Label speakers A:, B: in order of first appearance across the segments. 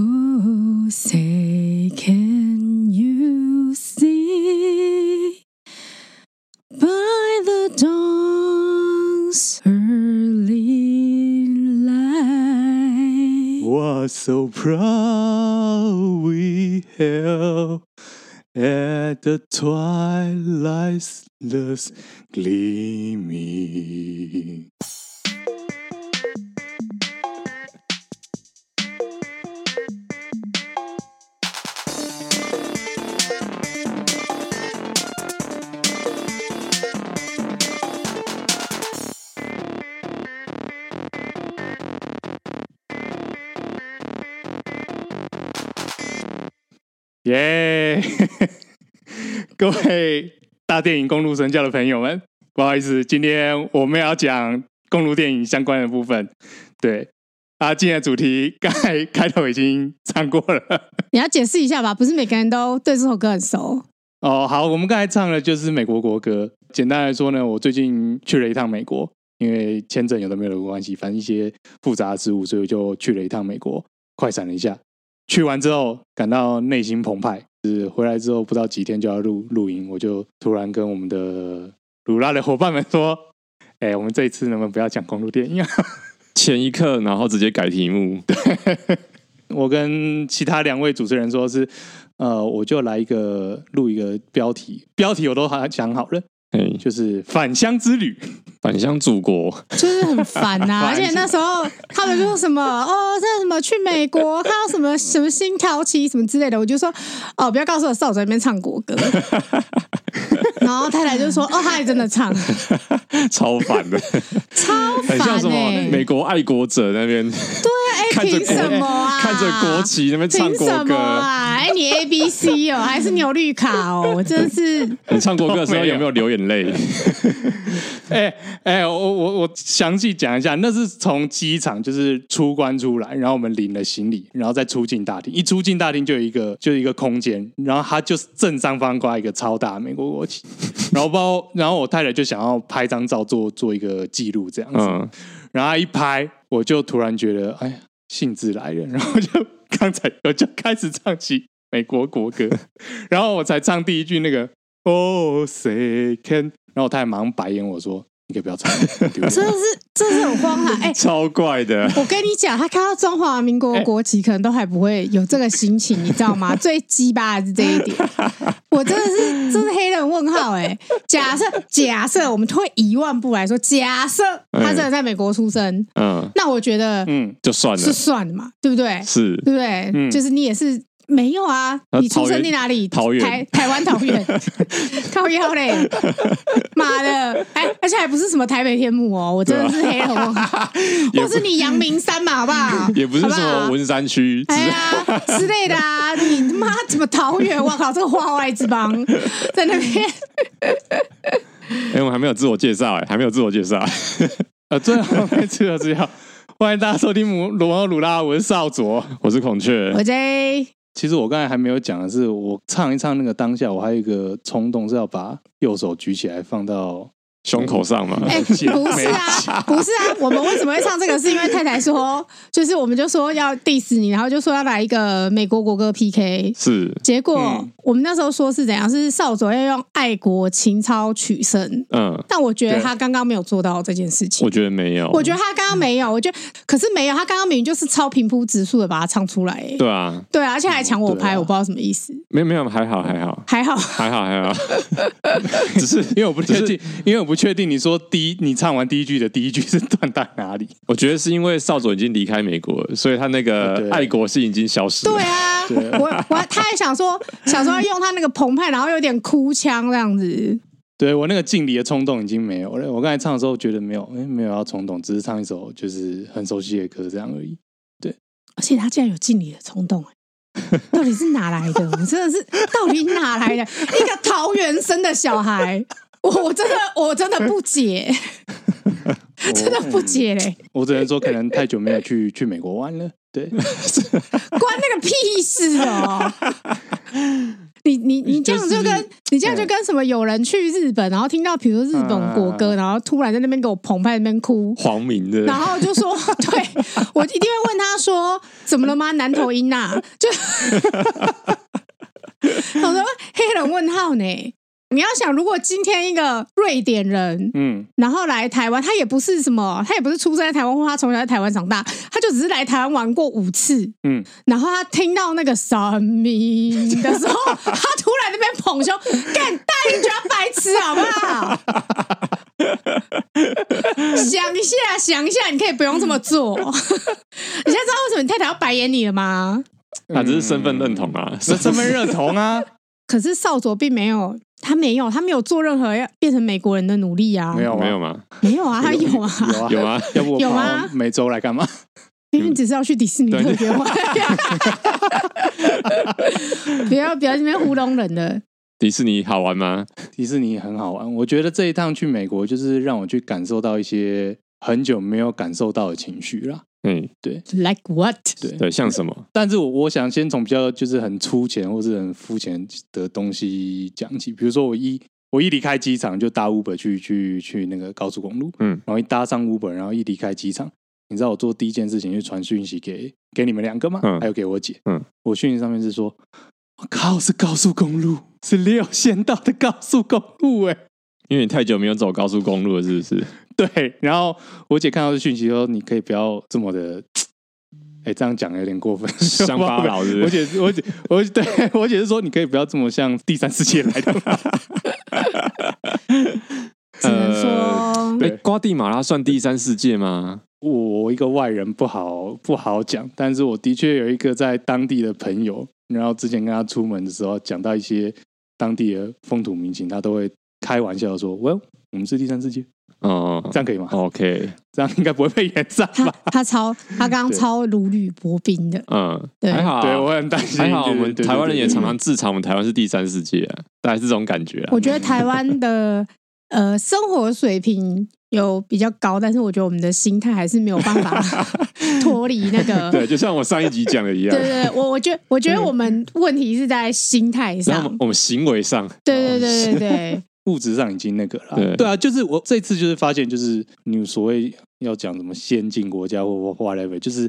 A: Oh, say, can you see by the dawn's early light
B: Was so proud we hailed at the twilight's last gleaming。耶！ 各位大电影公路神教的朋友们，不好意思，今天我们要讲公路电影相关的部分。对，啊，今天的主题刚才 开头已经唱过了。
C: 你要解释一下吧，不是每个人都对这首歌很熟。
B: 哦，好，我们刚才唱的就是美国国歌。简单来说呢，我最近去了一趟美国，因为签证有的没有的关系，反正一些复杂的事务，所以我就去了一趟美国，快闪了一下。去完之后感到内心澎湃，就是回来之后不到几天就要录录音，我就突然跟我们的鲁拉的伙伴们说：“哎、我们这一次能不能不要讲公路电影啊？”
D: 前一刻，然后直接改题目，
B: 我跟其他两位主持人说是，呃，我就来一个录一个标题，标题我都还想好了，
D: 嘿，
B: 就是返乡之旅。
D: 返乡祖国，
C: 就是很烦呐、
B: 烦
C: 而且那时候他们说什么哦，这什么去美国，还有什么什么新挑起什么之类的，我就说哦，不要告诉我是我在那边唱国歌。然后太太就说哦，他也真的唱，
D: 超反的，
C: 超
D: 很像
C: 烦
D: 什么
C: 哎、
D: 美国爱国者那边
C: 对啊，哎、
D: 看着
C: 凭什么啊？
D: 看着国。旗那边唱
C: 凭什
D: 国
C: 么
D: 歌。
C: 啊？哎、你 A B C 哦，还是你有绿卡哦？我真的是
D: 你唱国歌的时候有没有流眼泪？
B: 哎哎、我我我详细讲一下，那是从机场就是出关出来，然后我们领了行李，然后再出境大厅。一出境大厅就有一个就有一个空间，然后它就是正上方挂一个超大的美国国旗， 然后包然后我太太就想要拍张照做做一个记录这样子，
D: 嗯，
B: 然后他一拍，我就突然觉得，哎呀，兴致来了， 然后就刚才我就开始唱起美国国歌， 然后我才唱第一句那个 Oh say can，然后他还忙白眼我说，你可以不要唱，很丢
C: 真
B: 脸
C: 的是，真的是很荒唐哎、
D: 超怪的，
C: 我跟你讲，他看到中华民
D: 哎
C: 国国旗，可能都还不会有这个心情，你知道吗？最鸡巴的是这一 点，我真的是，真是黑人问号哎、假设假设我们退一万步来说，假设他真的在美国出生，
D: 哎嗯，
C: 那我觉得
B: 嗯，
D: 就算
C: 是
D: 了，
C: 算的嘛，对不对？
D: 是
C: 对不对？
B: 嗯
C: 就是你也是没有啊，
D: 那
C: 你出
D: 桃
C: 生
D: 园
C: 在哪里？
D: 桃园
C: 台台湾桃 园，靠腰嘞，妈的！哎，而且还不是什么台北天幕哦，我真的是黑人问 号，
D: 啊也
C: 或
D: 不
C: 是你阳明山嘛，好不好？
D: 也不是
C: 好不
D: 什么
C: 好？
D: 文山区，只
C: 哎
D: 是
C: 呀之类的啊，你他妈怎么桃园？我靠，这个化外之邦在那边，
D: 哎，我还没有自我介绍，哎，还没有自我介绍，
B: 呃，最后面吃了之后，欢迎大家收听母罗鲁拉，我是少佐。
D: 我是孔雀
C: 我，在
B: 其实我刚才还没有讲的是，我唱一唱那个当下，我还有一个冲动是要把右手举起来放到
D: 胸口上嘛，
C: 哎、不是啊，不是啊，我们为什么会唱这个？是因为太太说，就是我们就说要 diss 你，然后就说要来一个美国国歌 PK。
D: 是，
C: 结果、
B: 嗯
C: 我们那时候说是怎样，是少佐要用爱国情操取胜，
D: 嗯，
C: 但我觉得
B: 对
C: 他刚刚没有做到这件事情
D: 我。觉得没
B: 哦
D: 有，
C: 我觉得他刚刚没有，我觉得可是没有，他刚刚明明就是超平铺直述的把它唱出来、欸，
D: 对啊，
C: 对啊，而且还抢我拍，
B: 对啊
C: 我不知道什么意思。
D: 没有没有，还好还好
C: 还 好，
D: 还好还好， 只是
B: 因为我不确
D: 只
B: 定，因为我不确定你说第一，你唱完第一句的第一句是断在哪里？
D: 我觉得是因为少佐已经离开美国了，所以他那
B: 啊对
D: 个爱国心已经消失了。
C: 对啊，
B: 对啊
C: 我我他还想说，想说要用他那个澎湃，然后有点哭腔这样子，
B: 对我那个敬礼的冲动已经没有了。我刚才唱的时候觉得没有，哎，没有要冲动，只是唱一首就是很熟悉的歌这样而已。
C: 而且他竟然有敬礼的冲动、欸到底是哪来的？我真的是到底哪来的一个桃园生的小孩？我我真的我真的不解，真的不解嘞，
B: 我只能说，可能太久没有去 去美国玩了。对，
C: 关那个屁事哦！你你你这样就
B: 就
C: 跟你这样就跟什么有人去日本，然后听到比如说日本国歌，然后突然在那边给我澎湃在那边哭，
D: 黄明的
C: 然后就说对，我一定会问他说：“怎么了吗？”男头音呐、 就我说黑人问号呢。你要想，如果今天一个瑞典人，
B: 嗯，
C: 然后来台湾，他也不是什么，他也不是出生在台湾，或他从小在台湾长大，他就只是来台湾玩过五次。
B: 嗯，
C: 然后他听到那个三明的时候， 他突然那边捧胸，干大家觉得白痴好不好？想一下，想一下，你可以不用这么 做。你现在知道为什么你太太要白眼你了吗？
D: 他只是身份认同啊，
B: 这嗯身份认同啊，
C: 可是少佐并没有，他没有，他没有做任何要变成美国人的努力啊，
B: 没有啊
D: 没有吗？
C: 没有啊，他有啊，
B: 有啊
D: 有吗？
B: 要不我
C: 有
B: 跑
C: 啊
B: 美洲来干嘛？
C: 因为你只是要去迪士尼啊特别玩， 不要不要在那边糊弄人了。
D: 迪士尼好玩吗？
B: 迪士尼很好玩，我觉得这一趟去美国就是让我去感受到一些很久没有感受到的情绪啦。
D: 嗯，
C: Like what？
B: 对，
D: 对，像什么？
B: 但是我我想先从比较就是很粗浅或是很肤浅的东西讲起，比如说我一我一离开机场就搭 Uber 去去去那个高速公路，
D: 嗯，
B: 然后一搭上 Uber，然后一离开机场，你知道我做第一件事情就传讯息给给你们两个吗？
D: 嗯
B: 还有给我姐，
D: 嗯，
B: 我讯息上面是说，我靠，是高速公路，是六线道的高速公路、欸，哎。
D: 因为你太久没有走高速公路了，是不是？
B: 对，然后我姐看到这讯息说：“你可以不要这么的，哎，这样讲有点过分，
D: 乡巴佬是
B: 我
D: 不是？
B: 姐，我姐，我对我姐是说，你可以不要这么像第三世界来的嘛。
C: 只能
B: 呃
C: 说
D: 哎，瓜地马拉算第三世界吗？
B: 我一个外人不好不好讲，但是我的确有一个在当地的朋友，然后之前跟他出门的时候，讲到一些当地的风土民情，他都会开玩笑说：‘Well，我们是第三世界，
D: 哦
B: 这样可以吗？
D: ，OK，
B: 这样应该不会被延上
C: 他
B: 吧
C: 他超他刚刚
B: 对
C: 超如履薄冰的，
D: 嗯，
C: 对
D: 还？’好，
B: 对我很担心，
D: 还好，我
B: 对对
D: 们
B: 对
D: 台湾人
B: 对
D: 也
B: 对
D: 常常自嘲我们台湾是第三世界啊，大概是这种感觉啊。
C: 我觉得台湾的呃生活水平有比较高，但是我觉得我们的心态还是没有办法脱离那个。
D: 对，就像我上一集讲 的一样
C: 对，对，对我我觉得我觉得我们问题是在心态
D: 然后我
C: 上
D: 们，我们行为上，
C: 对对对对对，
B: 物质上已经那个了。
D: 对
B: 啊，就是我这次就是发现，就是你所谓要讲什么先进国家或或 whatever，就是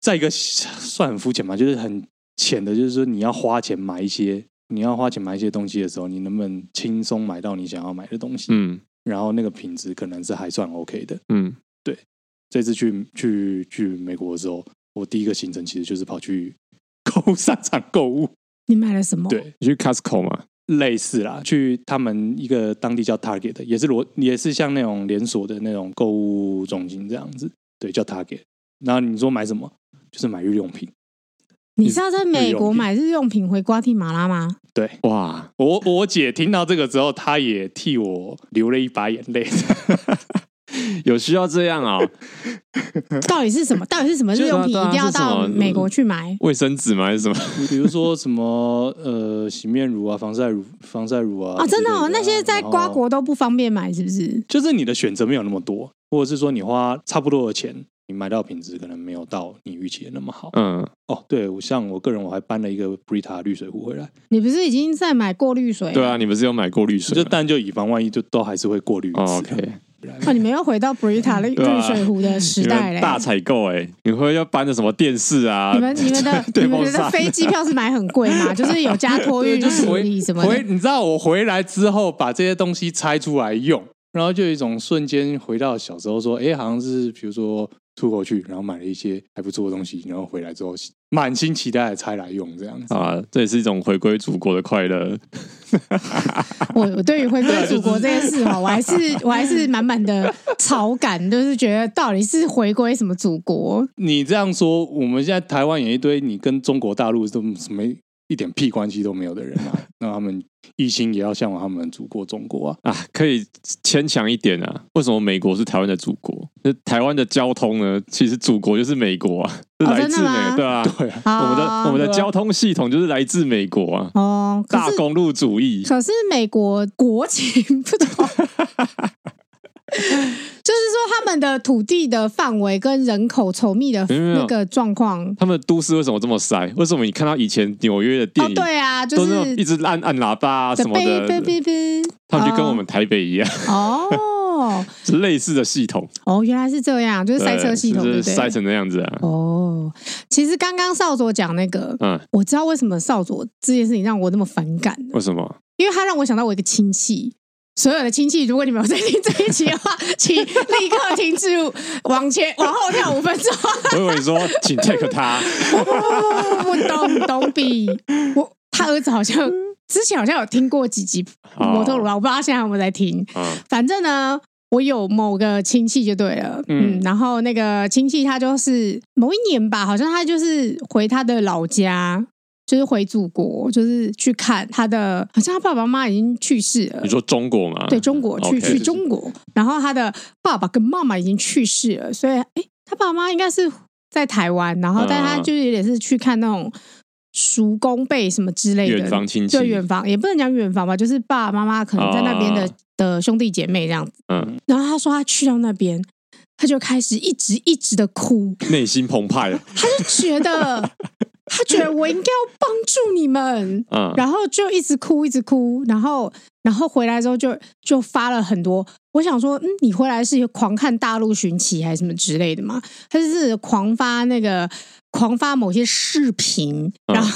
B: 在一个算很肤浅嘛，就是很浅的，就是说你要花钱买一些。你要花钱买一些东西的时候，你能不能轻松买到你想要买的东西？
D: 嗯
B: 然后那个品质可能是还算 OK 的。
D: 嗯，
B: 这次去去去美国的时候，我第一个行程其实就是跑去购物 商场购物，
C: 你买了什么？
B: 对
D: 你去 Costco 嘛，
B: 类似啦，去他们一个当地叫 Target 的，也是罗，也是像那种连锁的那种购物中心这样子，对，叫 Target。然后你说买什么，就是买日用品。
C: 你是要在美
B: 日用
C: 国
B: 品
C: 买日用品回瓜地马拉吗？
B: 对
D: 哇，
B: 我我姐听到这个之后，她也替我流了一把眼泪。
D: 有需要这样啊？
C: 到底是什么？到底是什么日用品
D: 就
C: 一
D: 是
C: 定要
D: 是什么
C: 到美国去买？
D: 卫生纸吗？还 是什么？
B: 比如说什么呃洗面乳啊、防晒乳、防晒乳啊
C: 啊，真的
B: 之类
C: 哦，那些在瓜，
B: 然后
C: 国都不方便买，是不是？
B: 就是你的选择没有那么多，或者是说你花差不多的钱，你买到品质可能没有到你预期的那么好。
D: 嗯，
B: 哦，对，我像我个人我还搬了一个 Brita 滤水壶回来。
C: 你不是已经在买过滤水了？
D: 对啊，你不是有买过滤水
B: 就
D: 吗？
B: 但就以防万一，就都还是会过滤一次。
D: 哦，OK，
C: 哦，你们又回到 Brita 滤
D: 对啊
C: 滤水壶的时
D: 你
C: 代
D: 们
C: 嘞。
D: 大采购哎，你会要搬着什么电视啊？
C: 你们你们的
B: 对
C: 你们
B: 爆炸
C: 的飞机票是买很贵 吗？就是有加托运行李什么的。
B: 回你知道我回来之后把这些东西拆出来用，然后就有一种瞬间回到小时候说，哎，好像是比如说出国去，然后买了一些还不错的东西，然后回来之后满心期待的拆来用这样子。
D: 啊，这也是一种回归祖国的快乐。
C: 我我对于回
D: 啊
C: 归祖国这件事 哈，我还是我还是满满的草感，就是觉得到底是回归什么祖国？
B: 你这样说，我们现在台湾有一堆你跟中国大陆都什么一点屁关系都没有的人 啊，那他们一心也要向往他们的祖国中国啊。
D: 啊，可以牵强一点啊！为什么美国是台湾的祖国？那台湾的交通呢？其实祖国就是美国啊，是
C: 哦
D: 来自
C: 真的
D: 美，
C: 吗
D: 对啊，
B: 对啊，
C: 啊
D: 我们的我们
B: 对
D: 的
B: 啊
D: 交通系统就是来自美国啊，
C: 哦，可
D: 大
C: 是
D: 公路主义。
C: 可是美国国情不同， 就是说他们的土地的范围跟人口稠密的
D: 没有没有
C: 那个状况。哦
D: 他们的都市为什么这么塞？为什么你看到以前纽约的
C: 哦
D: 电，影、
C: 对啊，就
D: 都那种一
C: 是
D: 直按按喇叭、啊、什么
C: 哔哔
D: 的？
C: 哔哔，
D: 他们就跟我们台北一样，
C: 哦。哦，
D: 类似的系统，
C: 哦，原来是这样，就是塞车系统，
D: 就
C: 对
D: 是
C: 不
D: 塞
C: 对？
D: 成那样子啊。
C: 哦，其实刚刚少佐讲那个，
D: 嗯，
C: 我知道为什么少佐这件事情让我那么反感了，
D: 为什么？
C: 因为他让我想到我一个亲戚。所有的亲戚，如果你们有在听这一集的话， 请立刻停止，往前往后跳五分钟。
D: 我以为你说请 take 他，
C: 不懂懂比我他儿子好像之前好像有听过几集
D: 哦
C: 摩托罗拉，我不知道他现在有没有在听。
D: 嗯
C: 反正呢，我有某个亲戚就对了，
B: 嗯
C: 嗯，然后那个亲戚他就是某一年吧，好像他就是回他的老家，就是回祖国，就是去看他的，好像他爸爸妈妈已经去世了
D: 你。说中国嘛？
C: 对中国去
D: OK
C: 去中国，然后他的爸爸跟妈妈已经去世了，所以诶，他爸妈应该是在台湾，然后但他
D: 嗯
C: 就是有点是去看那种叔公辈什么之类的
D: 远房亲戚
C: 对远房也不能讲远房吧，就是爸爸妈妈可能在那边的、
D: 啊
C: 的兄弟姐妹这样子。
D: 嗯，
C: 然后他说他去到那边，他就开始一直一直的哭，
D: 内心澎湃，
C: 他就觉 得他觉得我应该要帮助你们，
D: 嗯，
C: 然后就一直哭，一直哭，然后然后回来之后就就发了很多。我想说，嗯，你回来是狂看大陆寻奇还是什么之类的嘛？他就是狂发那个狂发某些视频，
D: 嗯
C: 然后、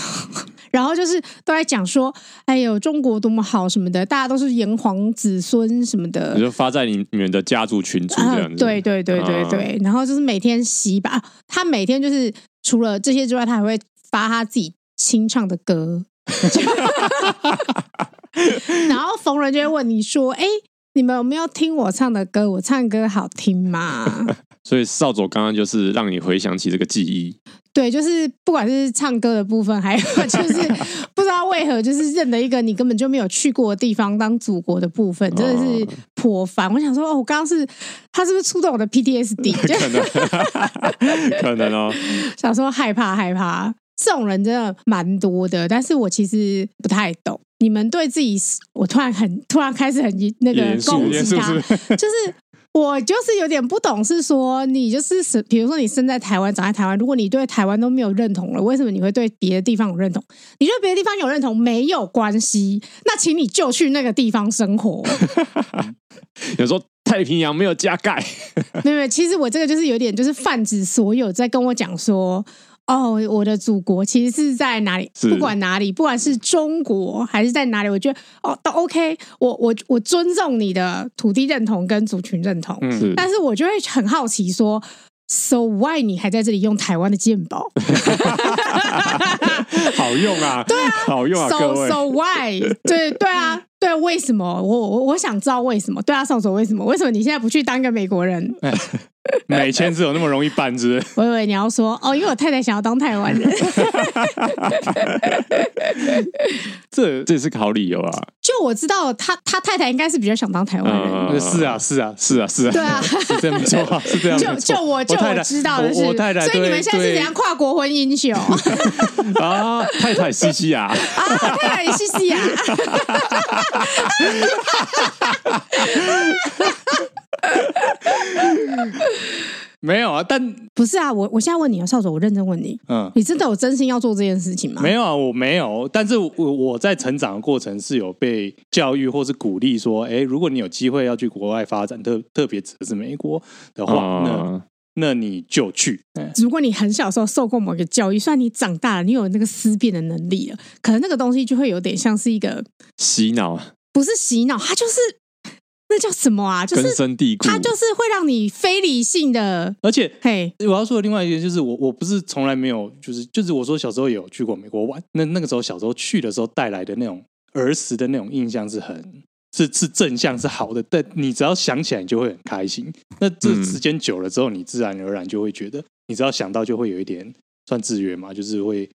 C: 然后就是都在讲说，哎呦，中国多么好什么的，大家都是炎黄子孙什么的
D: 你，就发在你你们的家族群组这
C: 啊，
D: 样子，
C: 对对对对对，然后就是每天洗吧，啊他每天就是除了这些之外，他还会发他自己清唱的歌， 然后逢人就会问你说：“哎、你们有没有听我唱的歌？我唱歌好听吗？”
D: 所以少佐刚刚就是让你回想起这个记忆，
C: 对，就是不管是唱歌的部分，还有就是 不知道为何，就是认了一个你根本就没有去过的地方当祖国的部分，真的是
D: 啊
C: 颇烦。我想说，哦，我刚刚是他是不是触动我的 PTSD？就
D: 可能可能哦，
C: 小时候害怕害怕，这种人真的蛮多的，但是我其实不太懂。你们对自己，我突然很突然开始很那个
D: 严肃
C: 攻
D: 严
C: 击
D: 肃
C: 他，就是我就是有点不懂，是说你就是是，比如说你生在台湾，长在台湾，如果你对台湾都没有认同了，为什么你会对别的地方有认同？你对别的地方有认同没有关系，那请你就去那个地方生活。
D: 有时候太平洋没有加 盖，
C: 没有，没有，其实我这个就是有点就是泛指所有在跟我讲说。哦，我的祖国其实是在哪里？
D: 是
C: 不管哪里，不管是中国还是在哪里，我觉得哦都 OK 我。我我尊重你的土地认同跟族群认同，
D: 嗯是
C: 但是我就会很好奇说，So why 你还在这里用台湾的鉴 宝
D: 好用啊，对啊，好用啊，各
C: ？So
D: 位，
C: so why？对对啊，对，为什么？我我我想知道为什么？对啊，少佐为什么？为什么你现在不去当个美国人？
D: 哎
B: 美签是有那么容易办之类，
C: 我以为你要说哦，因为我太太想要当台湾人。
B: 这
D: 这也是个好理由啊，
C: 就我知道他他太太应该是比较想当台湾人，
D: 嗯
B: 是啊是啊是啊是啊，
C: 对啊，
B: 是这样没 错啊，是这样
C: 就
B: 没错。
C: 就我就
B: 太太
C: 知道的是，
B: 我我太太
C: 所以你们
B: 对
C: 现在是
B: 对
C: 怎样跨国婚姻秀 啊？
D: 啊，太太西西 啊，
C: 太太也是西 亚，
B: 没有啊，但
C: 不是啊？我我现在问你啊，少佐，我认真问你，
B: 嗯。
C: 你真的有真心要做这件事情吗？
B: 没有啊，我没有。但是我我在成长的过程是有被教育或是鼓励说，哎，如果你有机会要去国外发展，特特别指的是美国的话，那
D: 啊，
B: 那你就去。嗯
C: 如果你很小的时候受过某个教育，虽然你长大了，你有那个思辨的能力了，可能那个东西就会有点像是一个
D: 洗脑啊
C: 不是洗脑，它就是那叫什么啊？就
D: 根
C: 是
D: 深蒂固，
C: 它就是会让你非理性的
B: 而且
C: 嘿。
B: 我要说的另外一个就是我，我不是从来没有，就是就是我说小时候有去过美国玩，那那个时候小时候去的时候带来的那种儿时的那种印象是很是是正向是好的，但你只要想起来你就会很开心。那这
D: 嗯
B: 时间久了之后，你自然而然就会觉得，你只要想到就会有一点算制约嘛，就是会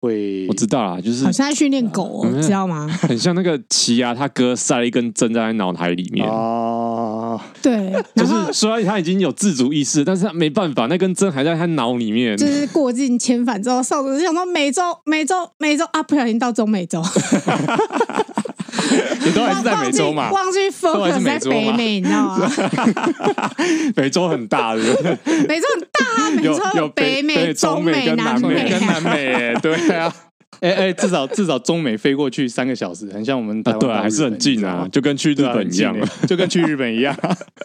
B: 会
D: 我知道啊，就是
C: 好像在训练狗、哦，
D: 嗯
C: 知道吗？
D: 很像那个奇亚他哥塞了一根针在他脑海里面。
B: 哦啊，
C: 对，
D: 就
C: 然后
D: 是虽然他已经有自主意识，但是他没办法，那根针还在他脑里面。
C: 就是过境遣返之后，少佐就想到美洲、美洲、美洲啊，不小心到中美洲，
B: 你都还是在美洲嘛？
C: 忘记
B: 都还是
C: focus
B: 美
C: 在
B: 洲嘛
C: 北美，你知道吗？
D: 美洲很大的，
C: 美洲很大啊，美
D: 有
C: 洲
D: 有
C: 北
D: 北
C: 美、
D: 对
C: 中
D: 中美跟
C: 南
D: 南美
B: 跟
C: 啊
B: 南美耶，对啊，哎哎，至少至少中美飞过去三个小时，很像我们台
D: 啊
B: 湾、
D: 对啊，还是很近啊，，就跟去日
B: 对啊，
D: 本
B: 很
D: 一
B: 近
D: 样啊。
B: 欸，就跟去日 本一样。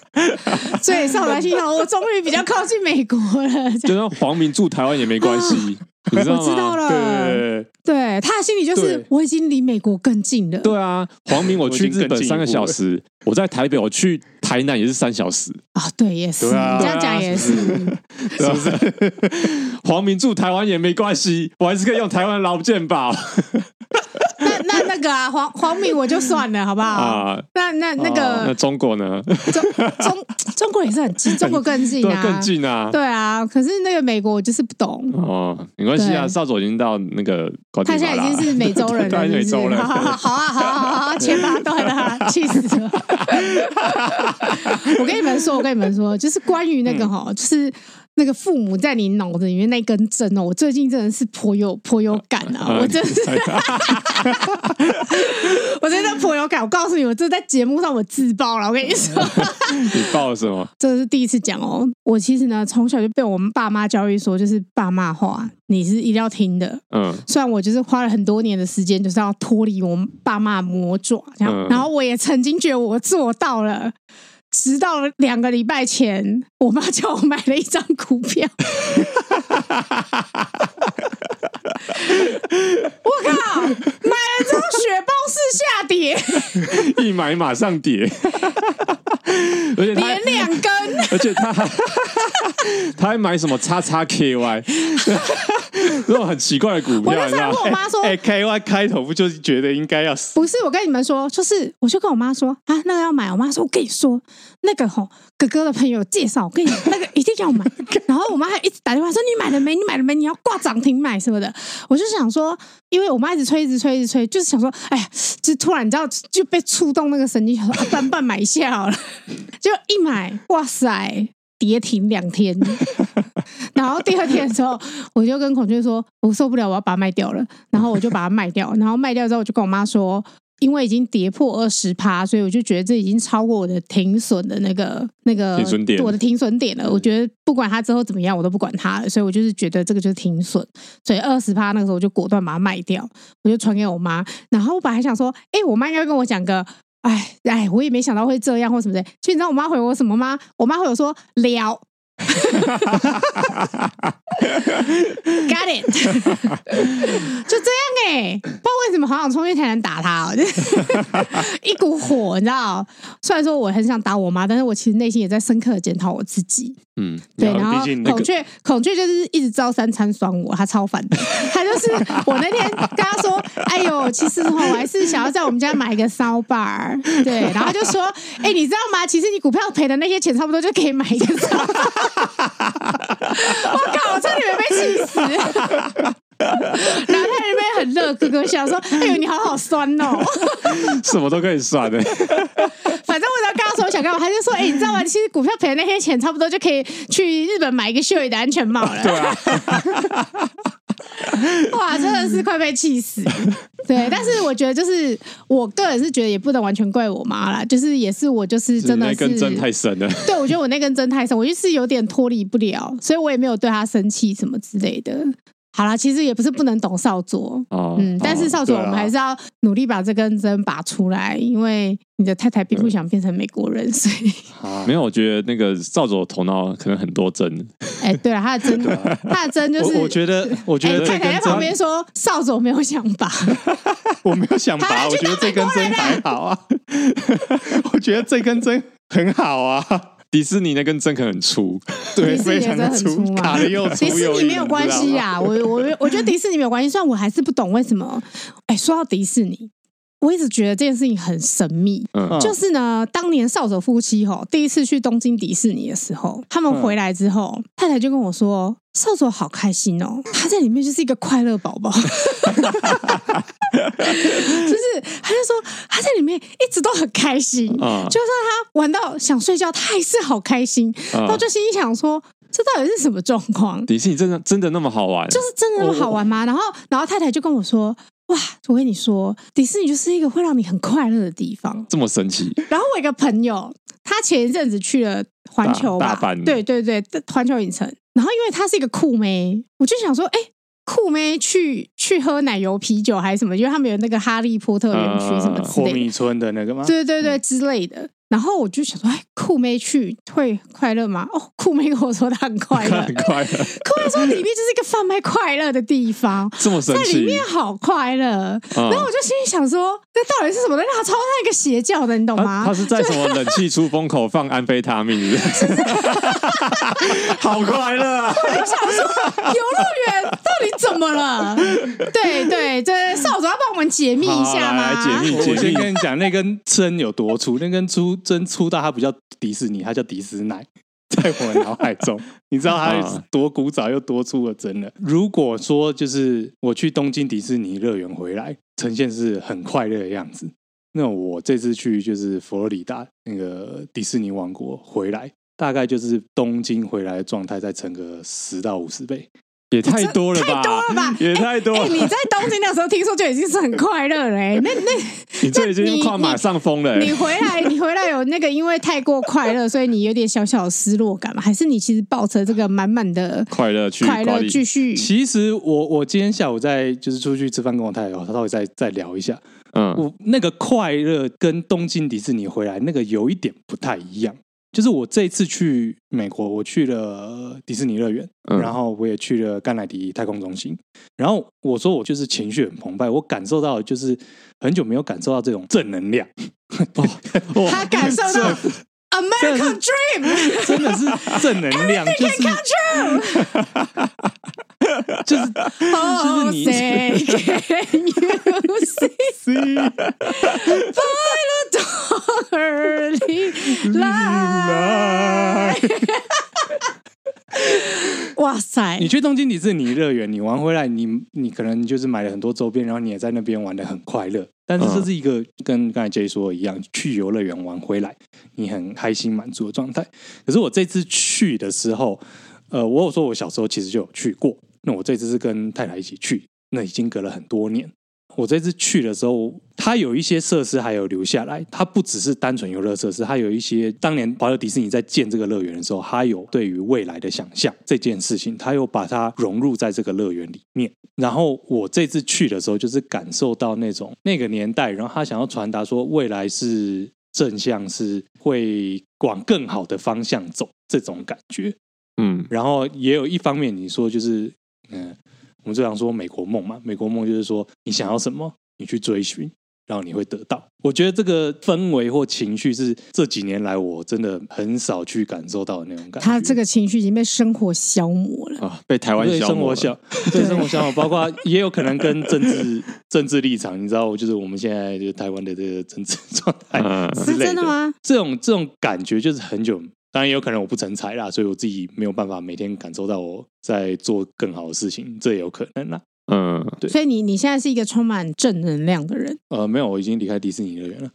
C: 所以上来心想，我终于比较靠近美国了。
D: 就算黄明住台湾也没关系，你知道
C: 啊
D: 吗？
C: 我知道了
B: 对对对
C: 对他的心里就是
B: 对，
C: 我已经离美国更近了。
D: 对啊，黄明我去
B: 我已经
D: 日
B: 更
D: 本
B: 进一步
D: 三个小时，我在台北，我去台南也是三小时。
C: 啊，对，也是，
B: 对啊
C: 你这样讲也是。
D: 是不是？ 黄明住台湾也没关系，我还是可以用台湾劳健保
C: 那那那个啊，黄黄敏我就算了，好不好？
D: 啊。
C: 那那那
D: 那
C: 个
D: 中国呢？
C: 中中中国也是很近，中国更近
D: 对
C: 啊，
D: 啊，更。近啊。
C: 对啊，可是那个美国我就是不懂，
D: 哦，没关系啊，
C: 对
D: 少佐已经到那个瓜地
C: 他
D: 马
C: 现在
D: 拉
C: 已经是美洲人
D: 对
C: 了，是
D: 他是
C: 不
D: 美
C: 是？
D: 洲人
C: 好好好，好啊，好啊，好啊好啊，切八段啊，气死了！我跟你们说，我跟你们说， 就是关于那
D: 嗯
C: 个哈，就是那个父母在你脑子里面那根针哦，我最近真的是颇有颇有感啊，
D: 嗯
C: 我真 的是， 我真的颇有感。我告诉你，我这在节目上我自爆了，我跟你说。
D: 你报什么？
C: 这是第一次讲哦。我其实呢，从小就被我们爸妈教育说，就是爸妈话你是一定要听的。
D: 嗯，
C: 虽然我就是花了很多年的时间，就是要脱离我们爸妈的魔爪，这样。
D: 嗯
C: 然后我也曾经觉得我做到了。直到两个礼拜前，我妈叫我买了一张股 票，我靠，买了之后雪崩式下 跌，
D: 一买马上跌， 而且他
C: 连两根。
D: 而且他还他还买什么叉叉 KY，这种很奇怪的股
C: 我那
D: 票，你
C: 时
D: 知
C: 候还
D: 道
C: 问？我妈说，
B: 哎，K Y 开头不就是觉得应该要死？
C: 不是，我跟你们说，就是我就跟我妈说啊，那个要买。我妈说，我跟你说，那个吼哥哥的朋友介绍，我跟你讲那个一定要买。然后我妈还一直打电话说你买了没？你买了没？你要挂涨停买什么的。我就想说，因为我妈一直催，一直催，一直催，就是想说，哎呀，就突然你知道就被触动那个神经，想说啊，半半买一下好了。 就一买，哇塞，跌停两天。然后第二天的时候，我就跟孔雀说，我受不了，我要把它卖掉了。然后我就把它卖掉，然后卖掉之后，我就跟我妈说，因为已经跌破二十趴，所以我就觉得这已经超过我的停损的那个那个
D: 停损点嗯
C: 我的停损点了。我觉得不管它之后怎么样，我都不管它了。所以我就是觉得这个就是停损，所以二十趴那个时候我就果断把它卖掉，我就传给我妈。然后我本来还想说，哎、我妈应该会跟我讲个。哎哎，我也没想到会这样或什么的。所以你知道我妈回我什么吗？我妈回我说 聊 ，got it，就这样哎、不知道为什么好想冲去台南打他、哦，就是 一股火，你知道？虽然说我很想打我妈，但是我其实内心也在深刻的检讨我自己。
D: 嗯，
C: 对，
B: 然
C: 然
B: 后
C: 后
B: 毕竟那个
C: 孔雀孔雀就是一直招三餐酸我，他超烦的。 他就是我那天跟他说：“哎呦，其实哈，我还是想要在我们家买一个烧把。”对，然后他就说：“哎、你知道吗？其实你股票赔的那些钱，差不多就可以买一个烧。”我靠！我差点被气 死。然后他在那边很乐咯咯笑，说：“哎呦，你好好酸哦。”
D: 什么都可以算的。
C: 反正我只要跟他说我想干嘛，他就说：“哎、你知道吗？其实股票赔的那些钱，差不多就可以去日本买一个秀宇的安全帽了。”
D: 对啊，
C: 哇，真的是快被气死。对，但是我觉得就是我个人是觉得也不能完全怪我妈啦，就是也是我就是真的
D: 那
C: 是
D: 根针太深了。
C: 对，我觉得我那根针太深，我就是有点脱离不了，所以我也没有对她生气什么之类的。好啦，其实也不是不能懂少佐，
D: 哦
C: 嗯，但是
D: 哦
C: 少佐，
B: 对
C: 我
B: 啊
C: 们还是要努力把这根针拔出来，因为你的太太并不想变成美国人，所以，
D: 没有，我觉得那个少佐头脑可能很多针，
C: 哎，对了，她的针，她的针 就
B: 啊我我
C: 是。
B: 觉得，我觉
C: 哎，
B: 得这
C: 太太在
B: 根
C: 旁边
B: 针，
C: 说：“少佐没有想拔，
B: 我没有想拔，
C: 他
B: 我
C: 去
B: 觉得这根针还好啊， 我觉得这根针很好 啊，
D: 迪士尼那根针可能很粗，
B: 对，
C: 迪士尼
B: 非
C: 的
B: 常的
C: 针很粗啊
B: 卡的又粗
C: 迪士
B: 又
C: 尼
B: 硬
C: 没有关系，啊，我我我觉得迪士尼没有关系，虽然我还是不懂为什么。哎，说到迪士尼，我一直觉得这件事情很神秘。
D: 嗯
B: 嗯
C: 就是呢，当年少佐夫妻吼第一次去东京迪士尼的时候，他们回来之后，太太就跟我说：“少佐好开心哦，他在里面就是一个快乐宝宝。”就是他就说他在里面一直都很开心，
D: 啊
C: 就算他玩到想睡觉，他还是好开心。然后
D: 啊！
C: 就心里想说，这到底是什么状况？
D: 迪士尼真的真的那么好玩？
C: 就是真的那么好玩吗？然后，然后太太就跟我说：“哇，我跟你说，迪士尼就是一个会让你很快乐的地方。
D: 这么神奇？”
C: 然后我有一个朋友，他前一阵子去了环球吧，
D: 大大阪
C: 对对对，环球影城。然后因为她是一个酷妹，我就想说，哎、酷妹去去喝奶油啤酒还是什么，因为他们有那个哈利波特园
D: 呃
C: 区什么之
B: 霍
C: 类的，
B: 米村的那个吗？
C: 对对
D: 嗯
C: 对之类的。然后我就想说，哎，酷妹去会快乐吗？哦，酷妹跟我说她很快乐，
D: 很快乐，
C: 酷妹说里面就是一个贩卖快乐的地 方，
D: 这么神
C: 在里
D: 奇
C: 面好快乐。
D: 嗯
C: 然后我就心里想说，那到底是什么？那他超像一个邪教的，你懂
D: 他
C: 吗
D: 他？啊是在什么冷气出风口放安非他命是不是？
B: 好快乐啊！
C: 游乐园到底怎么了？对对，这少主要帮我们解密一下
D: 好
C: 吗？
D: 来解密
B: 我我先跟你讲，那根针有多粗，那根粗针粗到它不叫迪士尼，它叫迪斯奶， 在我的脑海 中，你知道它是多古早又多粗的针了。如果说就是我去东京迪士尼乐园回来，呈现是很快乐的样子，那我这次去就是佛罗里达那个迪士尼王国回来。大概就是东京回来的状态，再乘个十到五十倍，
D: 也太多了吧，
C: 太多了吧
D: 也太多
C: 哎、
D: 了。
C: 你在东京那时候听说就已经是很快乐了、哎，那那
D: 你这已经跨马上风了、
C: 你
D: 欸，
C: 回来，你回来有那个因为太过快乐，所以你有点小小的失落感吗？还是你其实抱着这个满满的
D: 快乐去
C: 快
D: 瓜
C: 乐
D: 地
C: 继续？
B: 其实我我今天下午在就是出去吃饭，跟我太太有稍微再再聊一下，
D: 嗯
B: 我那个快乐跟东京迪士尼回来那个有一点不太一样，就是我这次去美国，我去了迪士尼乐园，
D: 嗯
B: 然后我也去了甘乃迪太空中心，然后我说我就是情绪很澎湃，我感受到的就是很久没有感受到这种正能量， 哦
C: 他感 受到 American Dream，
B: 真的是正能量，就是 就是
C: 哦
B: 你
C: ，say can you see by the early light？哇塞
B: 你！去东京迪士尼乐园，你玩回来，你你可能就是买了很多周边，然后你也在那边玩的很快乐。但是这是一个跟刚才 J 说的一样，去游乐园玩回来，你很开心满足的状态。可是我这次去的时候，呃，我有说我小时候其实就有去过，那我这次是跟太太一起去，那已经隔了很多年。我这次去的时候，它有一些设施还有留下来，它不只是单纯游乐设施，它有一些当年华特迪士尼在建这个乐园的时候，它有对于未来的想象这件事情，它有把它融入在这个乐园里面。然后我这次去的时候，就是感受到那种那个年代，然后他想要传达说未来是正向，是会往更好的方向走这种感觉。
D: 嗯，
B: 然后也有一方面，你说就是，嗯、我们最常说美国梦嘛，美国梦就是说你想要什么，你去追寻，然后你会得到。我觉得这个氛围或情绪是这几年来我真的很少去感受到的那种感觉。
C: 他这个情绪已经被生活消磨了。
D: 啊，被台湾
B: 对
D: 消
B: 生
D: 磨
B: 活
D: 了
B: 消， 对生活消磨，包括也有可能跟政治 政治立场，你知道，就是我们现在就是台湾的这个政治状态
D: 嗯
B: 之
C: 是
B: 类
C: 真的吗？
B: 这种这种感觉就是很久，当然也有可能我不成才啦，所以我自己没有办法每天感受到我在做更好的事情，这也有可能啦。
D: 嗯，
B: 对
C: 所以你你现在是一个充满正能量的 人。
B: 呃，没有，我已经离开迪士尼乐园了。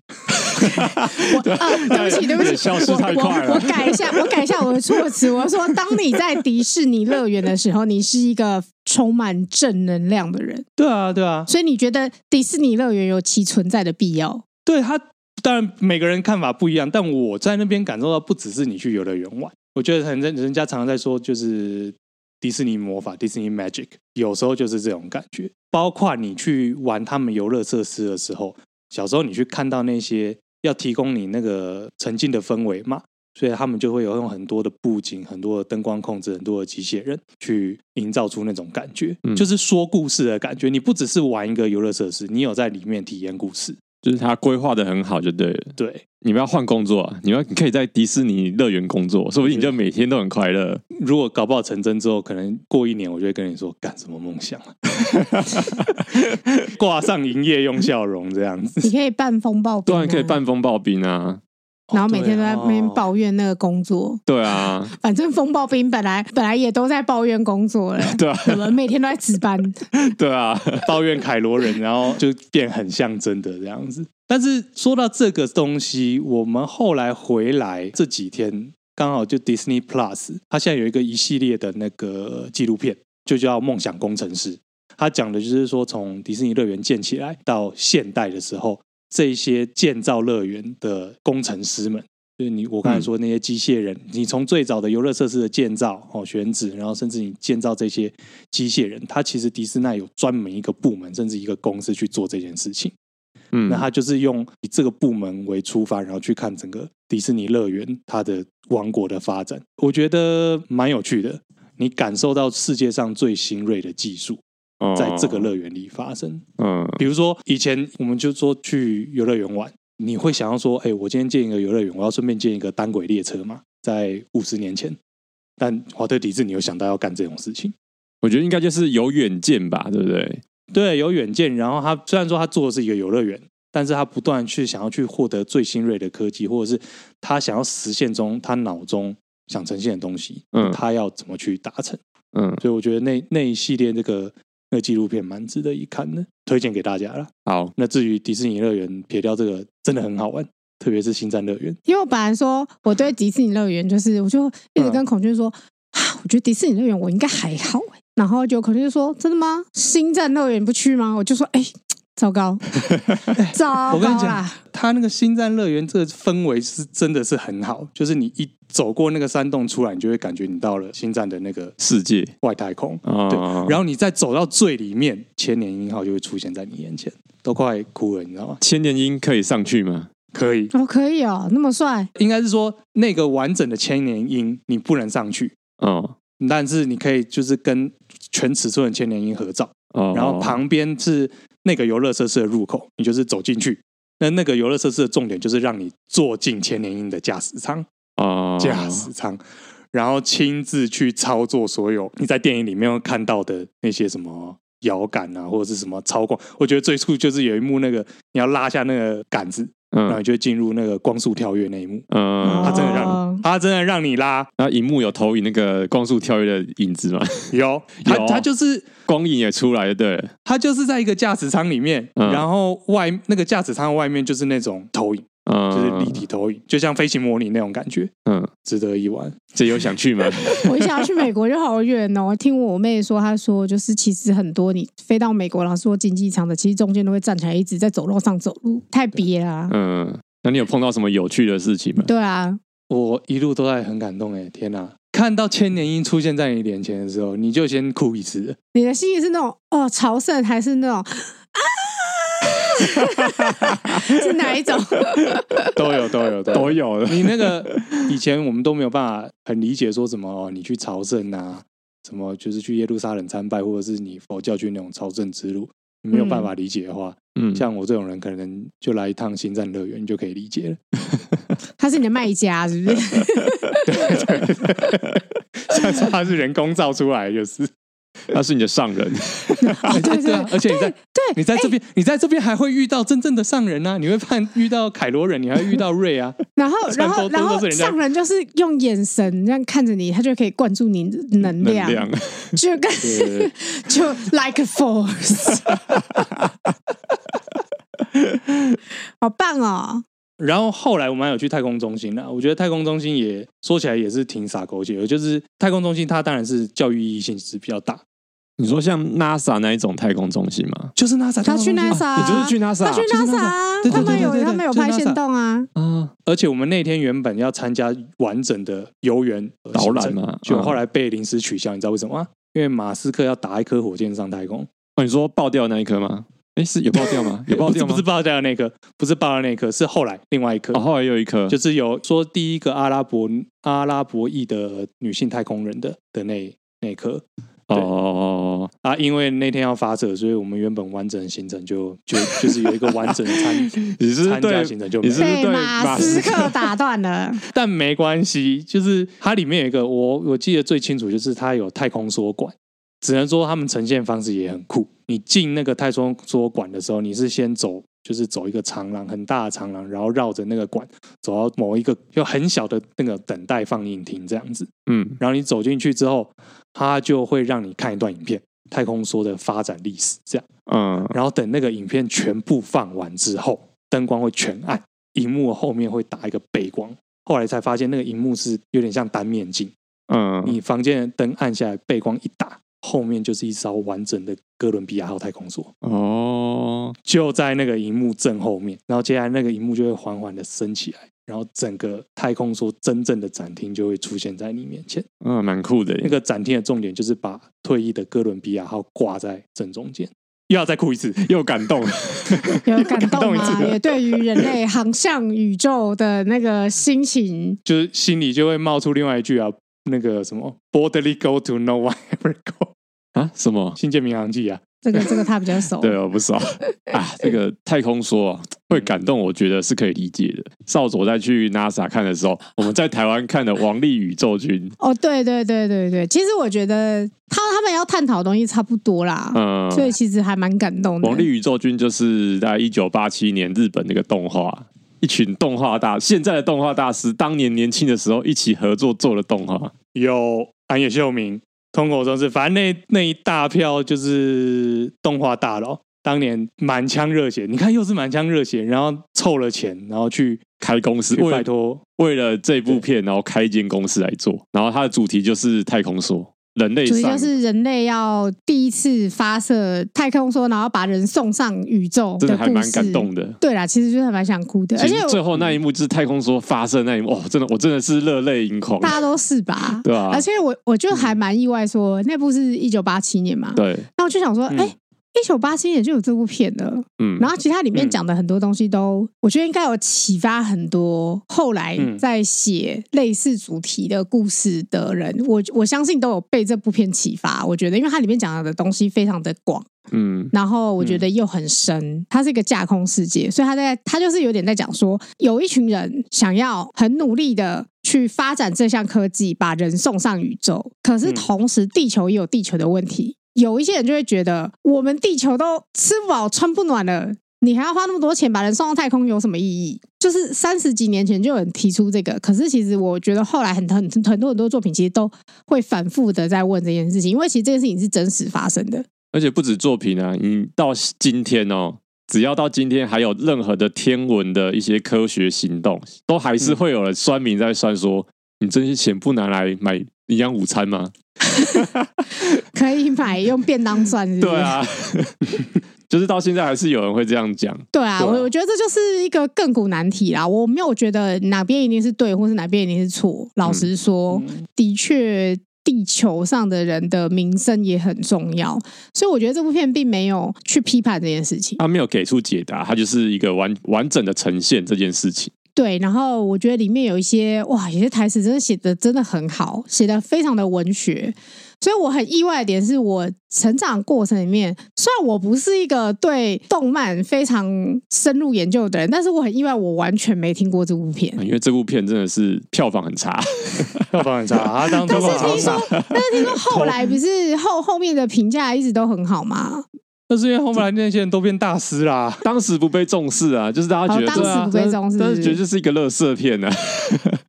C: 我啊，对不起，对不起，
D: 消失
C: 我
D: 太快了
C: 我我改一下，我改一下我的措辞。我说，当你在迪士尼乐园的时候，你是一个充满正能量的人，
B: 对啊，对啊，
C: 所以你觉得迪士尼乐园有其存在的必 要？
B: 对他，当然每个人看法不一样，但我在那边感受到，不只是你去游乐园玩，我觉得很人人家常常在说，就是迪士尼魔法，迪士尼 magic，有时候就是这种感觉。包括你去玩他们游乐设施的时候，小时候你去看到那些要提供你那个沉浸的氛围嘛，所以他们就会有用很多的布景、很多的灯光控制、很多的机械人去营造出那种感觉，
D: 嗯
B: 就是说故事的感觉。你不只是玩一个游乐设施，你有在里面体验故事。
D: 就是他规划的很好就对了。
B: 对，
D: 你们要换工作、啊，你们要你可以在迪士尼乐园工作，说不定你就每天都很快乐。
B: 如果搞不好成真之后，可能过一年我就会跟你说干什么梦想啊， 挂上营业用笑容这样子。
C: 你可以办风暴兵、
D: 对啊，
C: 啊，
D: 你可以办风暴兵啊，
C: 然后每天都在那边
B: 哦
C: 抱怨那个工作。
D: 对啊，
C: 反正风暴兵本来 本来也都在抱怨工作了，
D: 对啊，
C: 我们每天都在值班。
D: 对啊，
B: 抱怨凯罗人，然后就变很像真的这样子。但是说到这个东西，我们后来回来这几天，刚好就 Disney Plus，它现在有一个一系列的那个纪录片，就叫《梦想工程师》。它讲的就是说，从迪士尼乐园建起来到现代的时候，这一些建造乐园的工程师们，就是你我刚才说那些机械人，你从最早的游乐设施的建造哦选址，然后甚至你建造这些机械人，它其实迪士尼有专门一个部门，甚至一个公司去做这件事情。
D: 嗯，
B: 那他就是用以这个部门为出发，然后去看整个迪士尼乐园它的王国的发展，我觉得蛮有趣的。你感受到世界上最新锐的技术
D: 哦
B: 在这个乐园里发生。
D: 嗯
B: 比如说以前我们就说去游乐园玩，你会想要说，哎、我今天建一个游乐园，我要顺便建一个单轨列车嘛，在五十年前。但华特迪士尼有想到要干这种事情，
D: 我觉得应该就是有远见吧，对不对？
B: 对，有远见。然后他虽然说他做的是一个游乐园，但是他不断去想要去获得最新锐的科技，或者是他想要实现中他脑中想呈现的东西，
D: 嗯
B: 他要怎么去达成。
D: 嗯，
B: 所以我觉得那那一系列这个那个纪录片蛮值得一看的，推荐给大家啦。
D: 好，
B: 那至于迪士尼乐园，撇掉这个真的很好玩，特别是星战乐 园。
C: 因为我本来说我对迪士尼乐园就是，我就一直跟孔雀说、啊，我觉得迪士尼乐园我应该还好、欸、然后就孔雀就说真的吗？星战乐园不去吗？我就说哎、糟糕， 糟
B: 我跟你
C: 糕
B: 讲
C: 啦！，
B: 它那个星战乐园这个氛围是真的是很好，就是你一走过那个山洞出来，你就会感觉你到了星战的那个
D: 世界
B: 外太空。
D: 啊，
B: 对，然后你再走到最里面，千年鹰号就会出现在你眼前，都快哭了，你知道吗？
D: 千年鹰可以上去吗？
B: 可以，
C: 哦，可以哦，那么帅，
B: 应该是说那个完整的千年鹰你不能上去，
D: 哦
B: 但是你可以就是跟全尺寸的千年鹰合照。
D: 哦，
B: 然后旁边是那个游乐设施的入口，你就是走进去。那那个游乐设施的重点就是让你坐进千年鹰的驾驶舱，
D: 哦，
B: 驾驶舱，然后亲自去操作所有你在电影里面会看到的那些什么摇杆啊，或者是什么操控。我觉得最酷就是有一幕那个你要拉下那个杆子，然后
D: 嗯
B: 你就进入那个光速跳跃那一幕，
D: 嗯，
B: 他真的让
C: 哦
B: 你，他真的让你拉，
D: 然后荧幕有投影那个光速跳跃的影子嘛，
B: 有他
D: 有
B: 他就是
D: 光影也出来了，对了，
B: 他就是在一个驾驶舱里面，
D: 嗯
B: 然后外那个驾驶舱外面就是那种投影，
D: 嗯，
B: 就是立体投影，就像飞行模拟那种感觉，
D: 嗯，
B: 值得一玩。
D: 这有想 去吗？
C: 我想要去美国就好远哦。听我妹说，她说就是其实很多你飞到美国，然后说经济舱的，其实中间都会站起来一直在走廊上走路，太憋啦、
D: 嗯，那你有碰到什么有趣的事情吗？
C: 对啊，
B: 我一路都在很感动哎、天哪！看到千年鹰出现在你脸前的时候，你就先哭一次。
C: 你的心里是那种哦朝圣，还是那种啊？ 是哪一种？
B: 都有，都有，
D: 都。有了，
B: 你那个以前我们都没有办法很理解，说什么哦，你去朝圣啊，什么就是去耶路撒冷参拜，或者是你佛教去那种朝圣之路，你没有办法理解的话，
D: 嗯，
B: 像我这种人，可能就来一趟星战乐园，你就可以理解了。
C: 他是你的卖家，是 不是？
B: 虽然说它是人工造出来，就是。
D: 他是你的上人，
C: 哦，对
B: 对 啊，而且你在
C: 对
B: 你在这边，你在这边还会遇到真正的上人啊！你会判遇到凯罗人，你还会遇到瑞啊，
C: 然后然后
B: 传播多
C: 然
B: 都是
C: 后
B: 人家
C: 上人就是用眼神这样看着你，他就可以灌注你的能
D: 能
C: 量，
D: 量，
C: 就跟
B: 对对对
C: 就 like a force，好棒哦！
B: 然后后来我们还有去太空中心啦，我觉得太空中心也说起来也是挺傻狗血的，就是太空中心它当然是教育意义性是比较大，
D: 你说像 NASA 那一种太空中心吗？
B: 就是 NASA
C: 他去
B: 太空中心啊
C: NASA，、啊
D: 你 就是去 NASA，
C: 他去
B: 就是
C: NASA，
B: NASA
C: 啊
B: 对对
C: 他们
B: 对对
C: 有
B: 对
C: 他们有
B: 就是
C: 拍
B: NASA
C: 线动啊，
D: 啊，
B: 而且我们那天原本要参加完整的游园
D: 导览
B: 行程
D: 嘛
B: 就
D: 嗯
B: 后来被临时取消，你知道为什么吗？因为马斯克要打一颗火箭上太 空，
D: 哦，你说爆掉那一颗吗？哎，是有爆掉吗？有爆
B: 不是
D: 掉吗？
B: 不是爆掉的那颗，不是爆掉的那颗，是后来另外一颗
D: 哦，。后来又一颗，
B: 就是有说第一个阿拉伯阿拉伯裔的女性太空人的的那那一刻
D: 哦哦哦
B: 啊，因为那天要发射，所以我们原本完整的行程就就就是有一个完整的 参
D: 你是不是
B: 参加
D: 对
B: 行程就没
D: 你是
B: 有，
D: 不是
C: 被
D: 对
C: 马
D: 马
C: 斯
D: 斯
C: 克打断了。
B: 但没关系，就是它里面有一个我我记得最清楚就是它有太空缩馆，只能说他们呈现方式也很酷。你进那个太空缩馆的时候，你是先走。就是走一个长廊，很大的长廊，然后绕着那个馆走到某一个就很小的那个等待放映厅这样子。
D: 嗯
B: 然后你走进去之后，它就会让你看一段影片，太空梭的发展历史这样。
D: 嗯
B: 然后等那个影片全部放完之后，灯光会全暗，荧幕后面会打一个背光。后来才发现那个荧幕是有点像单面镜，
D: 嗯，
B: 你房间的灯暗下来，背光一打，后面就是一艘完整的哥伦比亚号太空梭，
D: 哦，
B: 就在那个荧幕正后面，然后接下来那个荧幕就会缓缓的升起来，然后整个太空梭真正的展厅就会出现在你面前。
D: 嗯，蛮酷的耶。
B: 那个展厅的重点就是把退役的哥伦比亚号挂在正中间。又要再哭一次，
D: 又感动，
C: 有感动
B: 感
C: 吗？
B: 动一次
C: 也对于人类航向宇宙的那个心情，
B: 就是心里就会冒出另外一句啊，那个什么 “Boldly go to no one ever go”，
D: 啊？什么？
B: 新建民航记啊，
C: 这个这个他比较熟。
D: 对哦，不少啊。这个太空说啊会感动，我觉得是可以理解的。少佐在去 NASA 看的时候，我们在台湾看的《王力宇宙军
C: 哦，对对对对对，其实我觉得他他们要探讨的东西差不多啦》，，
D: 嗯，
C: 所以其实还蛮感动的。
D: 王力宇宙军就是在一九八七年日本那个动画，一群动画大现在的动画大师，当年年轻的时候一起合作做的动画。
B: 有安野秀明、通口中是，反正那那一大票就是动画大佬，当年满腔热血，你看又是满腔热血，然后凑了钱，然后去
D: 开公司
B: 去
D: 为
B: 拜
D: 了
B: 托，
D: 为了这部片，然后开一间公司来做，然后它的主题就是太空说，人类
C: 主题
D: 上
C: 就是人类要第一次发射太空梭，然后把人送上宇宙
D: 真
C: 的
D: 的
C: 故
D: 还
C: 事。
D: 蛮感动的。
C: 对啦，其实就是还蛮想哭的，而
D: 其
C: 且
D: 实
C: 我
D: 最后那一幕就是太空梭发射那一幕，哦，真的我真的是热泪盈眶。？
C: 大家都是吧
D: 对啊嗯
C: 而，且我我就还蛮意外说，那部是一九八七年嘛，
D: 对，
C: 那我就想说，
B: 嗯
C: 哎、一九八七年就有这部片了，
D: 嗯，
C: 然后其实它里面
B: 嗯
C: 讲的很多东西都，我觉得应该有启发很多后来
B: 嗯
C: 在写类似主题的故事的人，我我相信都有被这部片启发。我觉得，因为它里面讲的东西非常的广，
D: 嗯
C: 然后我觉得又很深，它是一个架空世界，所以他在他就是有点在讲说，有一群人想要很努力的去发展这项科技，把人送上宇宙，可是
B: 嗯
C: 同时地球也有地球的问题，有一些人就会觉得我们地球都吃不饱穿不暖了。你还要花那么多钱把人送到太空有什么意义？就是三十几年前就有人提出这个，可是其实我觉得后来很很很多很多作品其实都会反复的在问这件事情，因为其实这件事情是真实发生的。
D: 而且不止作品啊，你到今天哦，只要到今天还有任何的天文的一些科学行动，都还
C: 嗯
D: 是会有人酸民在酸说，你这些钱不拿来买营养午餐吗？
C: 可以买用便当算是不是
D: 对，啊， 就是到现在还是有人会这样讲。
C: 对啊，
B: 对啊
C: 我我觉得这就是一个亘古难题啦。我没有觉得哪边一定是对，或是哪边一定是错。老实说，
B: 嗯
C: 的确，地球上的人的名声也很重要，所以我觉得这部片并没有去批判这件事情。
D: 他没有给出解答，他就是一个完完整的呈现这件事情。
C: 对，然后我觉得里面有一些哇，有些台词真的写的真的很好，写的非常的文学。所以我很意外的点是我成长过程里面，虽然我不是一个对动漫非常深入研究的人，但是我很意外，我完全没听过这部片。
D: 啊因为这部片真的是票房很差，
B: 票房很 差，他当初
C: 但是
B: 票房
C: 听
B: 很差
C: 说， 但是听说后来不 是后后面的评价一直都很好吗？
B: 但是因为后来那些人都变大师啦，
D: 当时不被重视啊，就是大家觉得
C: 哦当时
D: 对啊
C: 不被重视
D: 但
C: 是不
D: 是
C: 是
D: 觉得就是一个乐色片啊。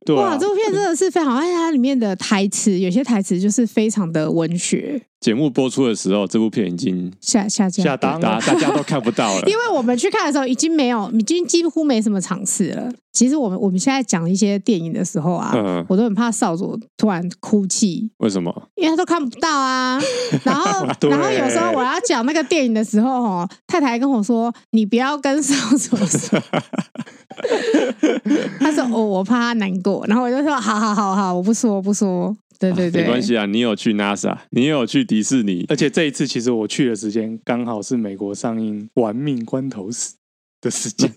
B: 对
C: 哇，
B: 啊
C: 这，部片真的是非常，而且它里面的台词有些台词就是非常的文学，
D: 节目播出的时候，这部片已经
C: 下下架
B: 下档
D: 大家
B: 了，
D: 大家都看不到了。
C: 因为我们去看的时候已经没有，已经几乎没什么场次了。其实我们我们现在讲一些电影的时候啊，
D: 嗯，
C: 我都很怕少佐突然哭泣，
D: 为什么？
C: 因为他都看不到 啊。然后，
B: 对
C: 然后有时候我要讲那个电影的时候，哦，太太还跟我说：“你不要跟少佐说。” 他说：“哦，我怕他难过。”然后我就说：“好好好好，我不说，我不说。”对对对，
D: 没关系啊，你有去 NASA，你也有去迪 士尼，
B: 而且这一次其实我去的时间刚好是美国上映《玩命关头死》的时间，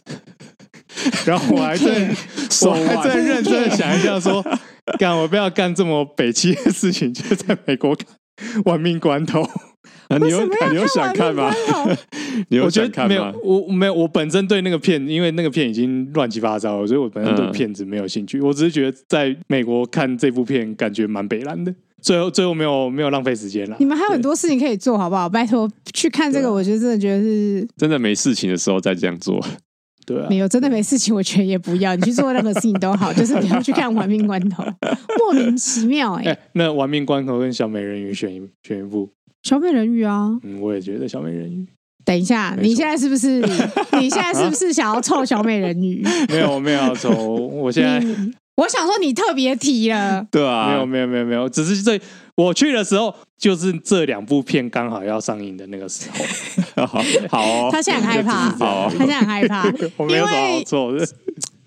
B: 然后我还在
C: 你
B: 我
D: So
B: 还
D: what？
B: 在认真的想一下 说，干我不要干这么北七的事情，就在美国看《玩命关头》。
D: 啊你
C: 为什
D: 有
C: 么要
D: 你有想
C: 看完
D: 看吗？
C: 命关头？
D: 你有
B: 我觉
D: 想
B: 得
D: 看
B: 没有
D: 吗？，
B: 我没有，我本身对那个片，因为那个片已经乱七八糟了，所以我本身对
D: 嗯
B: 片子没有兴趣。我只是觉得在美国看这部片，感觉蛮北蓝的。最后，最后没有没有浪费时间啦
C: 你。们还有很多事情可以做，好不好？拜托，去看
D: 啊
C: 这个，我觉得真的觉得是
D: 真的没事情的时候再这 样做。
B: 对啊
C: 没，有，真的没事情，我觉得也不要。你去做任何事情都 好，就是不要去看《玩命关头》，莫名其妙哎、
B: 哎、 那《玩命关头》跟《小美人鱼》选一选一部，
C: 小美人鱼啊，
B: 嗯，我也觉得《小美人鱼
C: 等一下，
B: 没错
C: 你现在是不是？你现在是不是想要凑小美人 鱼？》
B: 没有，我没有要抽，我现在
D: 啊
C: 你我想说你特别提了，
D: 对啊，
B: 没有没有没有没有，只是这我去的时候就是这两部片刚好要上映的那个时候，
D: 好，好哦
C: 他现在很害怕，
D: 就只
C: 他
D: 是这样
C: 现在很害 怕。
B: 哦我没有什么好做的。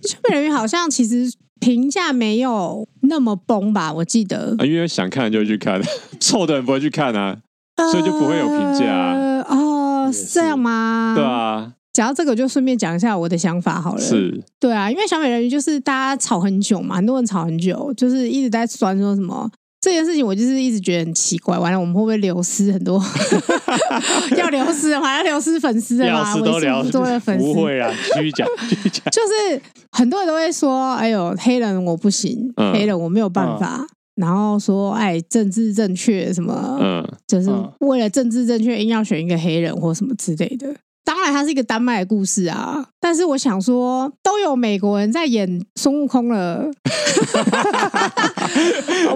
C: 秋美人鱼好像其实评价没有那么崩吧，我记得，
D: 啊因为想看就会去看， 臭的人不会去看啊，所以就不会有评价啊
C: 呃哦，
B: 也
C: 是
B: 是
C: 这样吗？
D: 对。啊，
C: 讲到这个，我就顺便讲一下我的想法好了。，
D: 是
C: 嗯对啊，因为小美人鱼就是大家吵很久嘛，很多人吵很久，就是一直在酸说什么。这件事情我就是一直觉得很奇怪，完了我们会不会流失很多？ 要流失的嘛，要流失粉丝的
B: 聊
C: 嘛，
B: 死都
C: 为数
B: 聊
C: 不多的粉丝，
B: 不会啊，继续讲，继续讲。
C: 就是很多人都会说：“哎呦，黑人我不行，
D: 嗯
C: 黑人我没有办法。然后说：“哎，政治正确什么，
D: 嗯
C: 就是
B: 嗯
C: 为了政治正确硬要选一个黑人或什么之类的。”当然，它是一个丹麦的故事啊。但是我想说，都有美国人在演孙悟空了。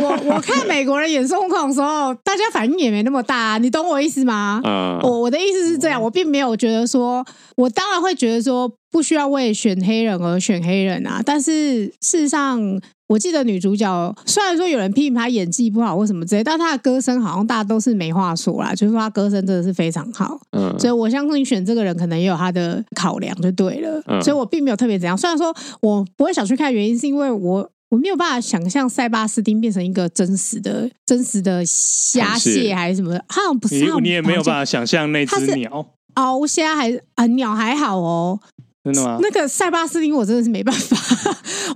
C: 我我看美国人演孙悟空的时候，大家反应也没那么大、啊你懂我意思吗？
D: 嗯
C: 哦我我的意思是这样，我并没有觉得说，我当然会觉得说不需要为选黑人而选黑人啊。但是事实上，我记得女主角虽然说有人批评她演技不好或什么之类，但她的歌声好像大家都是没话说啦，就是说她歌声真的是非常好。
D: 嗯
C: 所以我相信哦选这个人可能也有他的考量就对了。
D: 嗯
C: 所以我并没有特别怎样。虽然说我不会想去看，原因是因为我。我没有办法想象塞巴斯汀变成一个真实的、真实的虾
D: 螃
C: 蟹
D: 蟹
C: 还是什么的，好像不是啊
B: 你，你也没有
C: 法
B: 办法想象那
C: 它是
B: 只鸟，
C: 鳌虾还是啊鸟还好哦，
B: 真 的吗？
C: 那个塞巴斯汀我真的是没办法，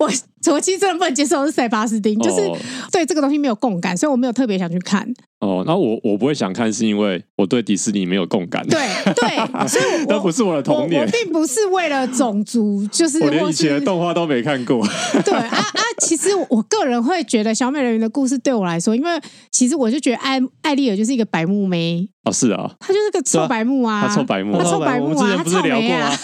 C: 我我其实真的不能接受是塞巴斯汀，就是
D: 哦
C: 对这个东西没有共感，所以我没有特别想去看。
D: 哦，那我我不会想看，是因为我对迪士尼没有共感。
C: 对 对，所以
D: 那
C: 我
D: 不是我的
C: 我
D: 童
C: 我
D: 年，
C: 并不是为了种族，就是
D: 我连
C: 或
D: 以前的
C: 是
D: 动画都没看 过。
C: 对啊啊！其实我个人会觉得小美人鱼的故事对我来说，因为其实我就觉得艾艾丽尔就是一个白目妹，
D: 哦，是啊，
C: 她就是个
D: 对
C: 臭
D: 啊
C: 白目啊，
D: 她臭白目
C: 她臭白
B: 我
C: 目
B: 们之
C: 啊，
B: 前
C: 她
B: 不是
C: 臭
B: 聊
C: 美
B: 过
C: 啊
B: 吗，？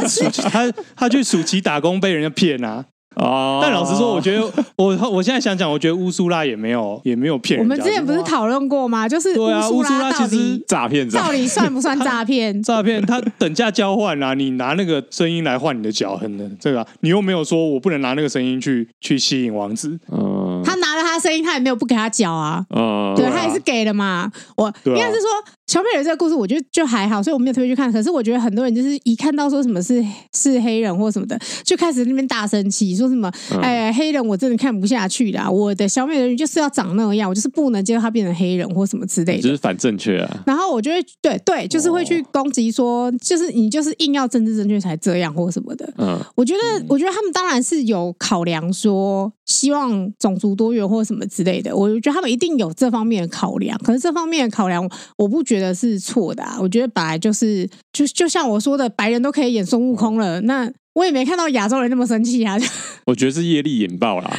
B: 他暑他他去暑期打工被人家骗啊！
D: 哦，
B: 但老实说，我觉得我 我现在想想，我觉得乌苏拉也没有也没有骗
C: 我
B: 人家。
C: 们之前不是讨论过吗？就是
B: 对啊
C: 苏
B: 乌苏拉
C: 到底
B: 其实？
D: 哦诈骗啊
C: 到
D: 诈
C: 底算不算诈骗
B: 诈骗，他等价交换啊，你拿那个声音来换你的脚，很能这个啊、你又没有说我不能拿那个声音去去吸引王子，
D: 嗯
C: 他拿了他的声音，他也没有不给他缴啊。
D: 嗯
C: 对，
B: 啊
C: 他也是给了嘛。我
B: 对
C: 应
B: 啊
C: 该是说，小美人这个故事，我觉得就还好，所以我没有特别去看。可是我觉得很多人就是一看到说什么是是黑人或什么的，就开始那边大生气，说什么
D: 嗯
C: 哎、黑人我真的看不下去啦，我的小美人鱼就是要长那样，我就是不能接受他变成黑人或什么之类
D: 你
C: 的
D: 就。是反正确啊。
C: 然后我就会对对，就是会去攻击说，就是你就是硬要政治正确才这样或什么的。
D: 嗯
C: 我觉得，我觉得他们当然是有考量，说希望种族多元或什么之类的。我觉得他们一定有这方面的考量，可是这方面的考量，我不觉得是错的啊。我觉得本来就是，就就像我说的，白人都可以演孙悟空了，那我也没看到亚洲人那么生气啊。
D: 我觉得是业力引爆啦，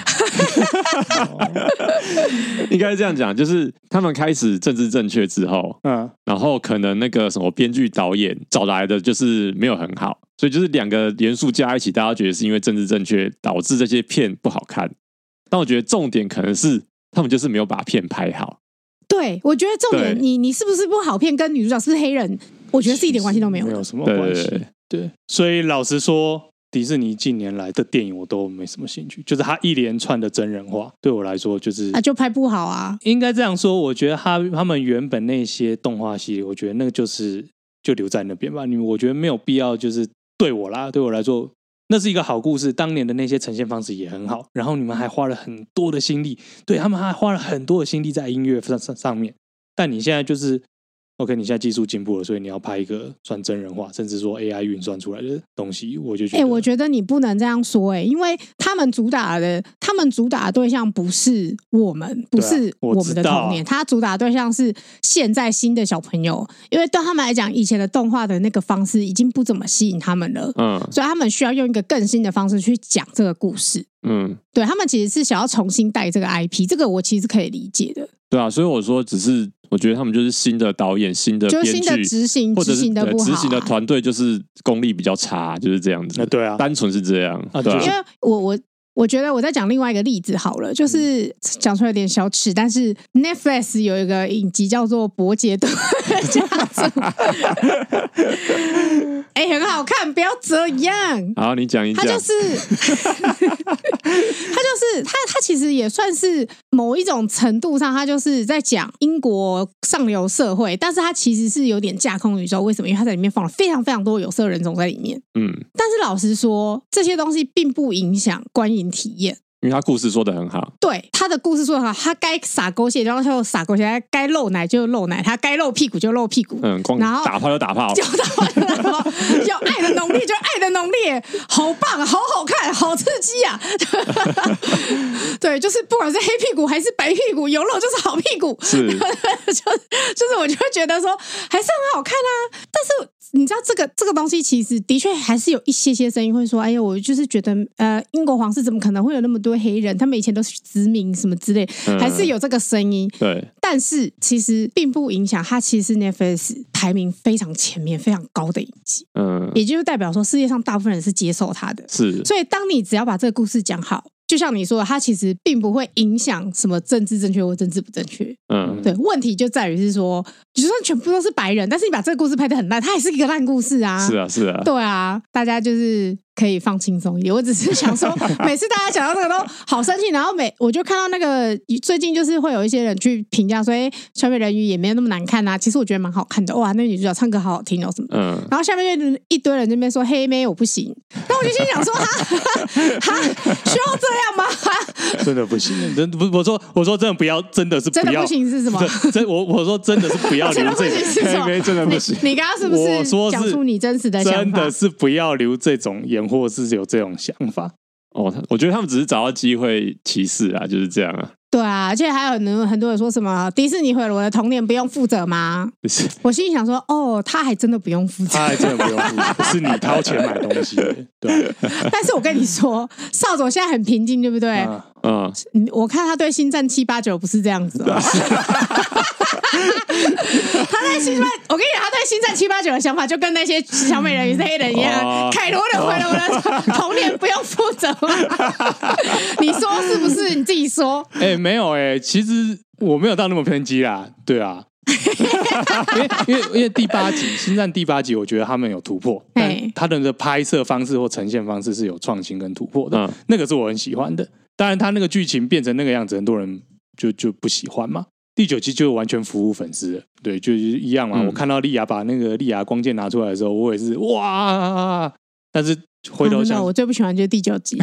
D: 应该是这样讲，就是他们开始政治正确之后，
B: 嗯，
D: 然后可能那个什么编剧导演找来的就是没有很好，所以就是两个元素加一起，大家觉得是因为政治正确导致这些片不好看。但我觉得重点可能是他们就是没有把片拍好，
C: 对，我觉得重点，
D: 对
C: 你你是不是不好骗，跟女主角是不是黑人，我觉得是一点关系都没有
B: 没
C: 的
B: 有。什么
D: 对
B: 关
D: 对
B: 系。
D: 对，
B: 对，所以老实说，迪士尼近年来的电影我都没什么兴趣，就是他一连串的真人化，对我来说就是
C: 啊，就拍不好啊。
B: 应该这样说，我觉得他他们原本那些动画系列，我觉得那个就是就留在那边吧。你我觉得没有必要，就是对我啦，对我来说，那是一个好故事。当年的那些呈现方式也很好，然后你们还花了很多的心力，对他们还花了很多的心力在音乐上上上面。但你现在就是，OK，你现在技术进步了，所以你要拍一个算真人化，甚至说 AI 运算出来的东西，我就觉
C: 哎、
B: 得，
C: 我觉得你不能这样说、哎，因为他们主打的，他们主打的对象不是我们，不是
B: 我知
C: 们的
B: 道啊
C: 童年，他主打的对象是现在新的小朋友，因为对他们来讲，以前的动画的那个方式已经不怎么吸引他们了，
D: 嗯
C: 所以他们需要用一个更新的方式去讲这个故事。
D: 嗯，
C: 对他们其实是想要重新带这个 IP，这个我其实可以理解的，
D: 对啊，所以我说只是我觉得他们就是新的导演、新的
C: 就是
D: 编
C: 新的
D: 剧，
C: 执行
D: 或者
C: 执
D: 是
C: 行的
D: 呃
C: 不好、
D: 执
C: 啊，
D: 行的团队就是功力比较差，就是这样子
B: 啊，。对啊，
D: 单纯是这样，
B: 啊
D: 对
B: 就
D: 啊
B: 是
C: 因为我我我觉得我再讲另外一个例子好了，就是讲出来有点小耻，但是 Netflix 有一个影集叫做《伯杰顿家族》。 哎、很好看，不要这样。
D: 好，你讲一
C: 他
D: 讲，
C: 就是，他就是他，他其实也算是某一种程度上，他就是在讲英国上流社会，但是他其实是有点架空宇宙。为什么？因为他在里面放了非常非常多有色人种在里面。
D: 嗯，
C: 但是老实说，这些东西并不影响观影体验。
D: 因为他故事说的很好，
C: 对他的故事说的好，他该撒狗血，然后就撒狗血；他该露奶就露奶，他该露屁股就露屁股。
D: 嗯，光
C: 然后
D: 打炮就打炮，
C: 就到了，有爱的浓烈，就爱的浓烈，好棒，好好看，好刺激啊！ 对，就是不管是黑屁股还是白屁股，有肉就是好屁股，
D: 是
C: 就就是我就会觉得说还是很好看啊。但是你知道这个这个东西，其实的确还是有一些些声音会说，哎呀，我就是觉得呃，英国皇室怎么可能会有那么多黑人？他们以前都是殖民什么之类，
D: 嗯
C: 还是有这个声音。
D: 对，
C: 但是其实并不影响它，其实是 Netflix 排名非常前面、非常高的影集，
D: 嗯，
C: 也就是代表说世界上大部分人是接受它的。
D: 是
C: 所以，当你只要把这个故事讲好，就像你说的，它其实并不会影响什么政治正确或政治不正确。
D: 嗯，
C: 对，问题就在于是说，就算全部都是白人，但是你把这个故事拍的很烂，它也是一个烂故事啊。
D: 是啊，是啊，
C: 对啊，大家就是可以放轻松一点。我只是想 说，每次大家讲到这个都好生气，然后每我就看到那个最近就是会有一些人去评价说，哎，小美人鱼也没有那么难看啊，其实我觉得蛮好看的，哇，那女主角唱歌好好听哦什么的。
D: 嗯，
C: 然后下面就一堆人这边说黑妹我不行，那我就心想说哈哈哈，需要这样吗？哈
B: 真的不行，真的不，我说我说真的不要，真的是
C: 真
B: 不
C: 的
B: 要
C: 不，行是什么？
B: 真真我我说真的是不要留
C: 真的不
B: 这
C: 行是
B: 个，
C: 什么？
D: 妹真的不行
C: 你你刚刚是不
B: 我说
C: 讲
B: 是
C: 出你真实的想
B: 真
C: 法
B: 的？是不要留这种言，或是有这种想法。
D: 哦，他我觉得他们只是找到机会歧视啊，就是这样啊，
C: 对啊，而且还有很多很多人说什么迪士尼毁了我的童年，不用负责吗？
D: 就是
C: 我心里想说，哦，他还真的不用负责。
B: 他还哎真的不用付，是你掏钱买东西的，对啊吧
C: 但是我跟你说，少佐现在很平静，对不对？
B: 啊？
D: 嗯，
C: 嗯我看他对《星战》七八九不是这样 子、哦。 他在星战，我跟你讲，他对《星战》七八九的想法就跟那些小美人鱼、黑人一样
D: 哦，
C: 凯罗的回了我的童年不用负责 吗？你说是不是？你自己说。
B: 哎、没有哎、其实我没有到那么偏激啦，对 啊。因为因为因为第八集《星战》第八集，我觉得他们有突破，
C: 嘿
B: 但他们的拍摄方式或呈现方式是有创新跟突破的，
D: 嗯
B: 那个是我很喜欢的。当然，他那个剧情变成那个样子，很多人就就不喜欢嘛。第九集就完全服务粉丝了，对，就是一样嘛。
D: 嗯
B: 我看到莉亚把那个莉亚光剑拿出来的时候，我也是哇，但是回头
C: 啊真的
B: 想
C: 我最不喜欢就是第九集。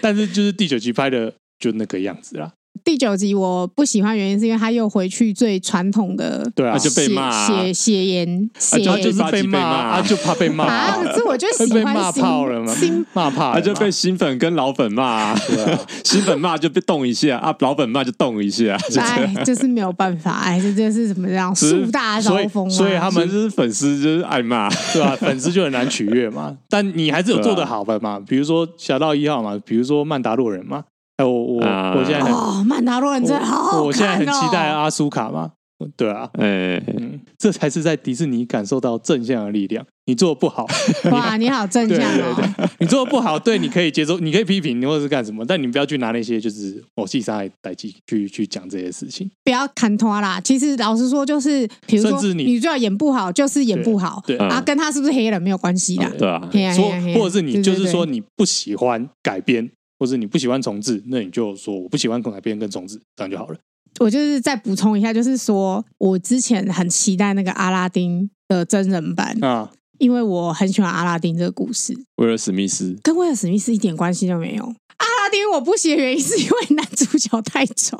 B: 但是就是第九集拍的就那个样子啦，
C: 第九集我不喜欢，原因是因为他又回去最传统的
B: 对啊
D: 那就被
C: 写
D: 骂啊
C: 写写言
B: 啊
C: 写
B: 就他就是被骂啊，
D: 啊
B: 就怕被骂
C: 啊，可是我就
B: 会
C: 喜
B: 被
C: 欢
B: 骂
C: 新
B: 泡了嘛
C: 新，
B: 骂怕了嘛
D: 啊他就被新粉跟老粉骂 啊，
B: 对啊
D: 新粉骂就被动一下啊，老粉骂就动 一下，就这
C: 哎
D: 样。，
C: 就是没有办法，哎，这就是怎么样，
D: 是
C: 树大招风啊。
B: 所以所以他
D: 他
B: 们
D: 们就是粉丝，就是爱骂，
B: 对吧、粉丝就很难取悦嘛，但你还是有做
D: 对
B: 的
D: 啊
B: 好的嘛，比如说《侠盗一号》嘛，比如说《曼达洛人》嘛，哎，我我
D: 啊
B: 我现在很
C: 哦，曼达洛人真的好好看哦
B: 我我现在很期待啊阿苏卡嘛，对啊。
D: 哎，
B: 嗯，这才是在迪士尼感受到正向的力量。你做的 不好，
C: 哇，你好正
B: 对
C: 向
B: 对
C: 哦！
B: 对，你做的不好，对，你可以接受，你可以批评或者是干什么，但你不要去拿那些就是我细沙来代去去去讲这些事情。
C: 不要砍拖啦。其实老实说，就是比如
B: 甚
C: 说
B: 至你
C: 女主角演不好，就是演不好，
B: 对，
C: 啊，
D: 嗯
C: 跟她是不是黑人没有关系的。
D: 对啊，
C: 嘿呀
B: 说
C: 嘿呀嘿呀
B: 或者是你
C: 对对
B: 就是说
C: 对
B: 你不喜欢改编，或者你不喜欢重置，那你就说我不喜欢改编跟重置，这样就好了。
C: 我就是再补充一下，就是说我之前很期待那个阿拉丁的真人版，
B: 啊，
C: 因为我很喜欢阿拉丁这个故事，
D: 威尔史密斯，
C: 跟威尔史密斯一点关系都没有。阿拉丁我不喜的原因是因为男主角太丑，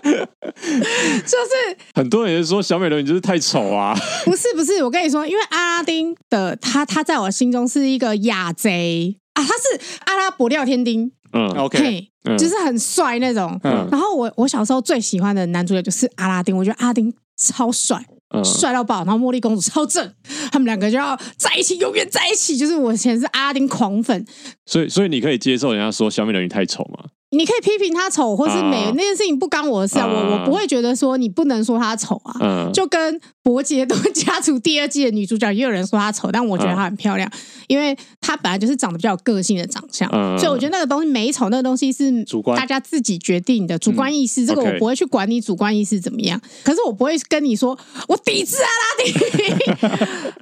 C: 就是
D: 很多人也说小美人鱼就是太丑啊，
C: 不是不是，我跟你说，因为阿拉丁的他，他在我心中是一个亚贼啊，他是阿拉伯料天丁，
D: 嗯
B: OK，
C: 嘿，
D: 嗯
C: 就是很帅那种。
B: 嗯
C: 然后我我小时候最喜欢的男主角就是阿拉丁，我觉得阿拉丁超帅，
D: 嗯，
C: 帅到爆，然后茉莉公主超正，他们两个就要在一起，永远在一起。就是我以前是阿拉丁狂粉，
D: 所以所以你可以接受人家说小美人鱼太丑嘛，
C: 你可以批评他丑，或是美、
D: 啊
C: 那件事情不干我的事啊，我我
D: 啊
C: 不会觉得说你不能说他丑啊。
D: 嗯，
C: 就跟《伯杰顿家族》第二季的女主角，也有人说她丑，但我觉得她很漂亮，因为她他本来就是长得比较有个性的长相，
D: 嗯
C: 所以我觉得那个东西美丑那个东西是
B: 主观
C: 大家自己决定的主观意识，这个
D: OK
C: 我不会去管你主观意识怎么样，可是我不会跟你说我抵制啊阿拉丁，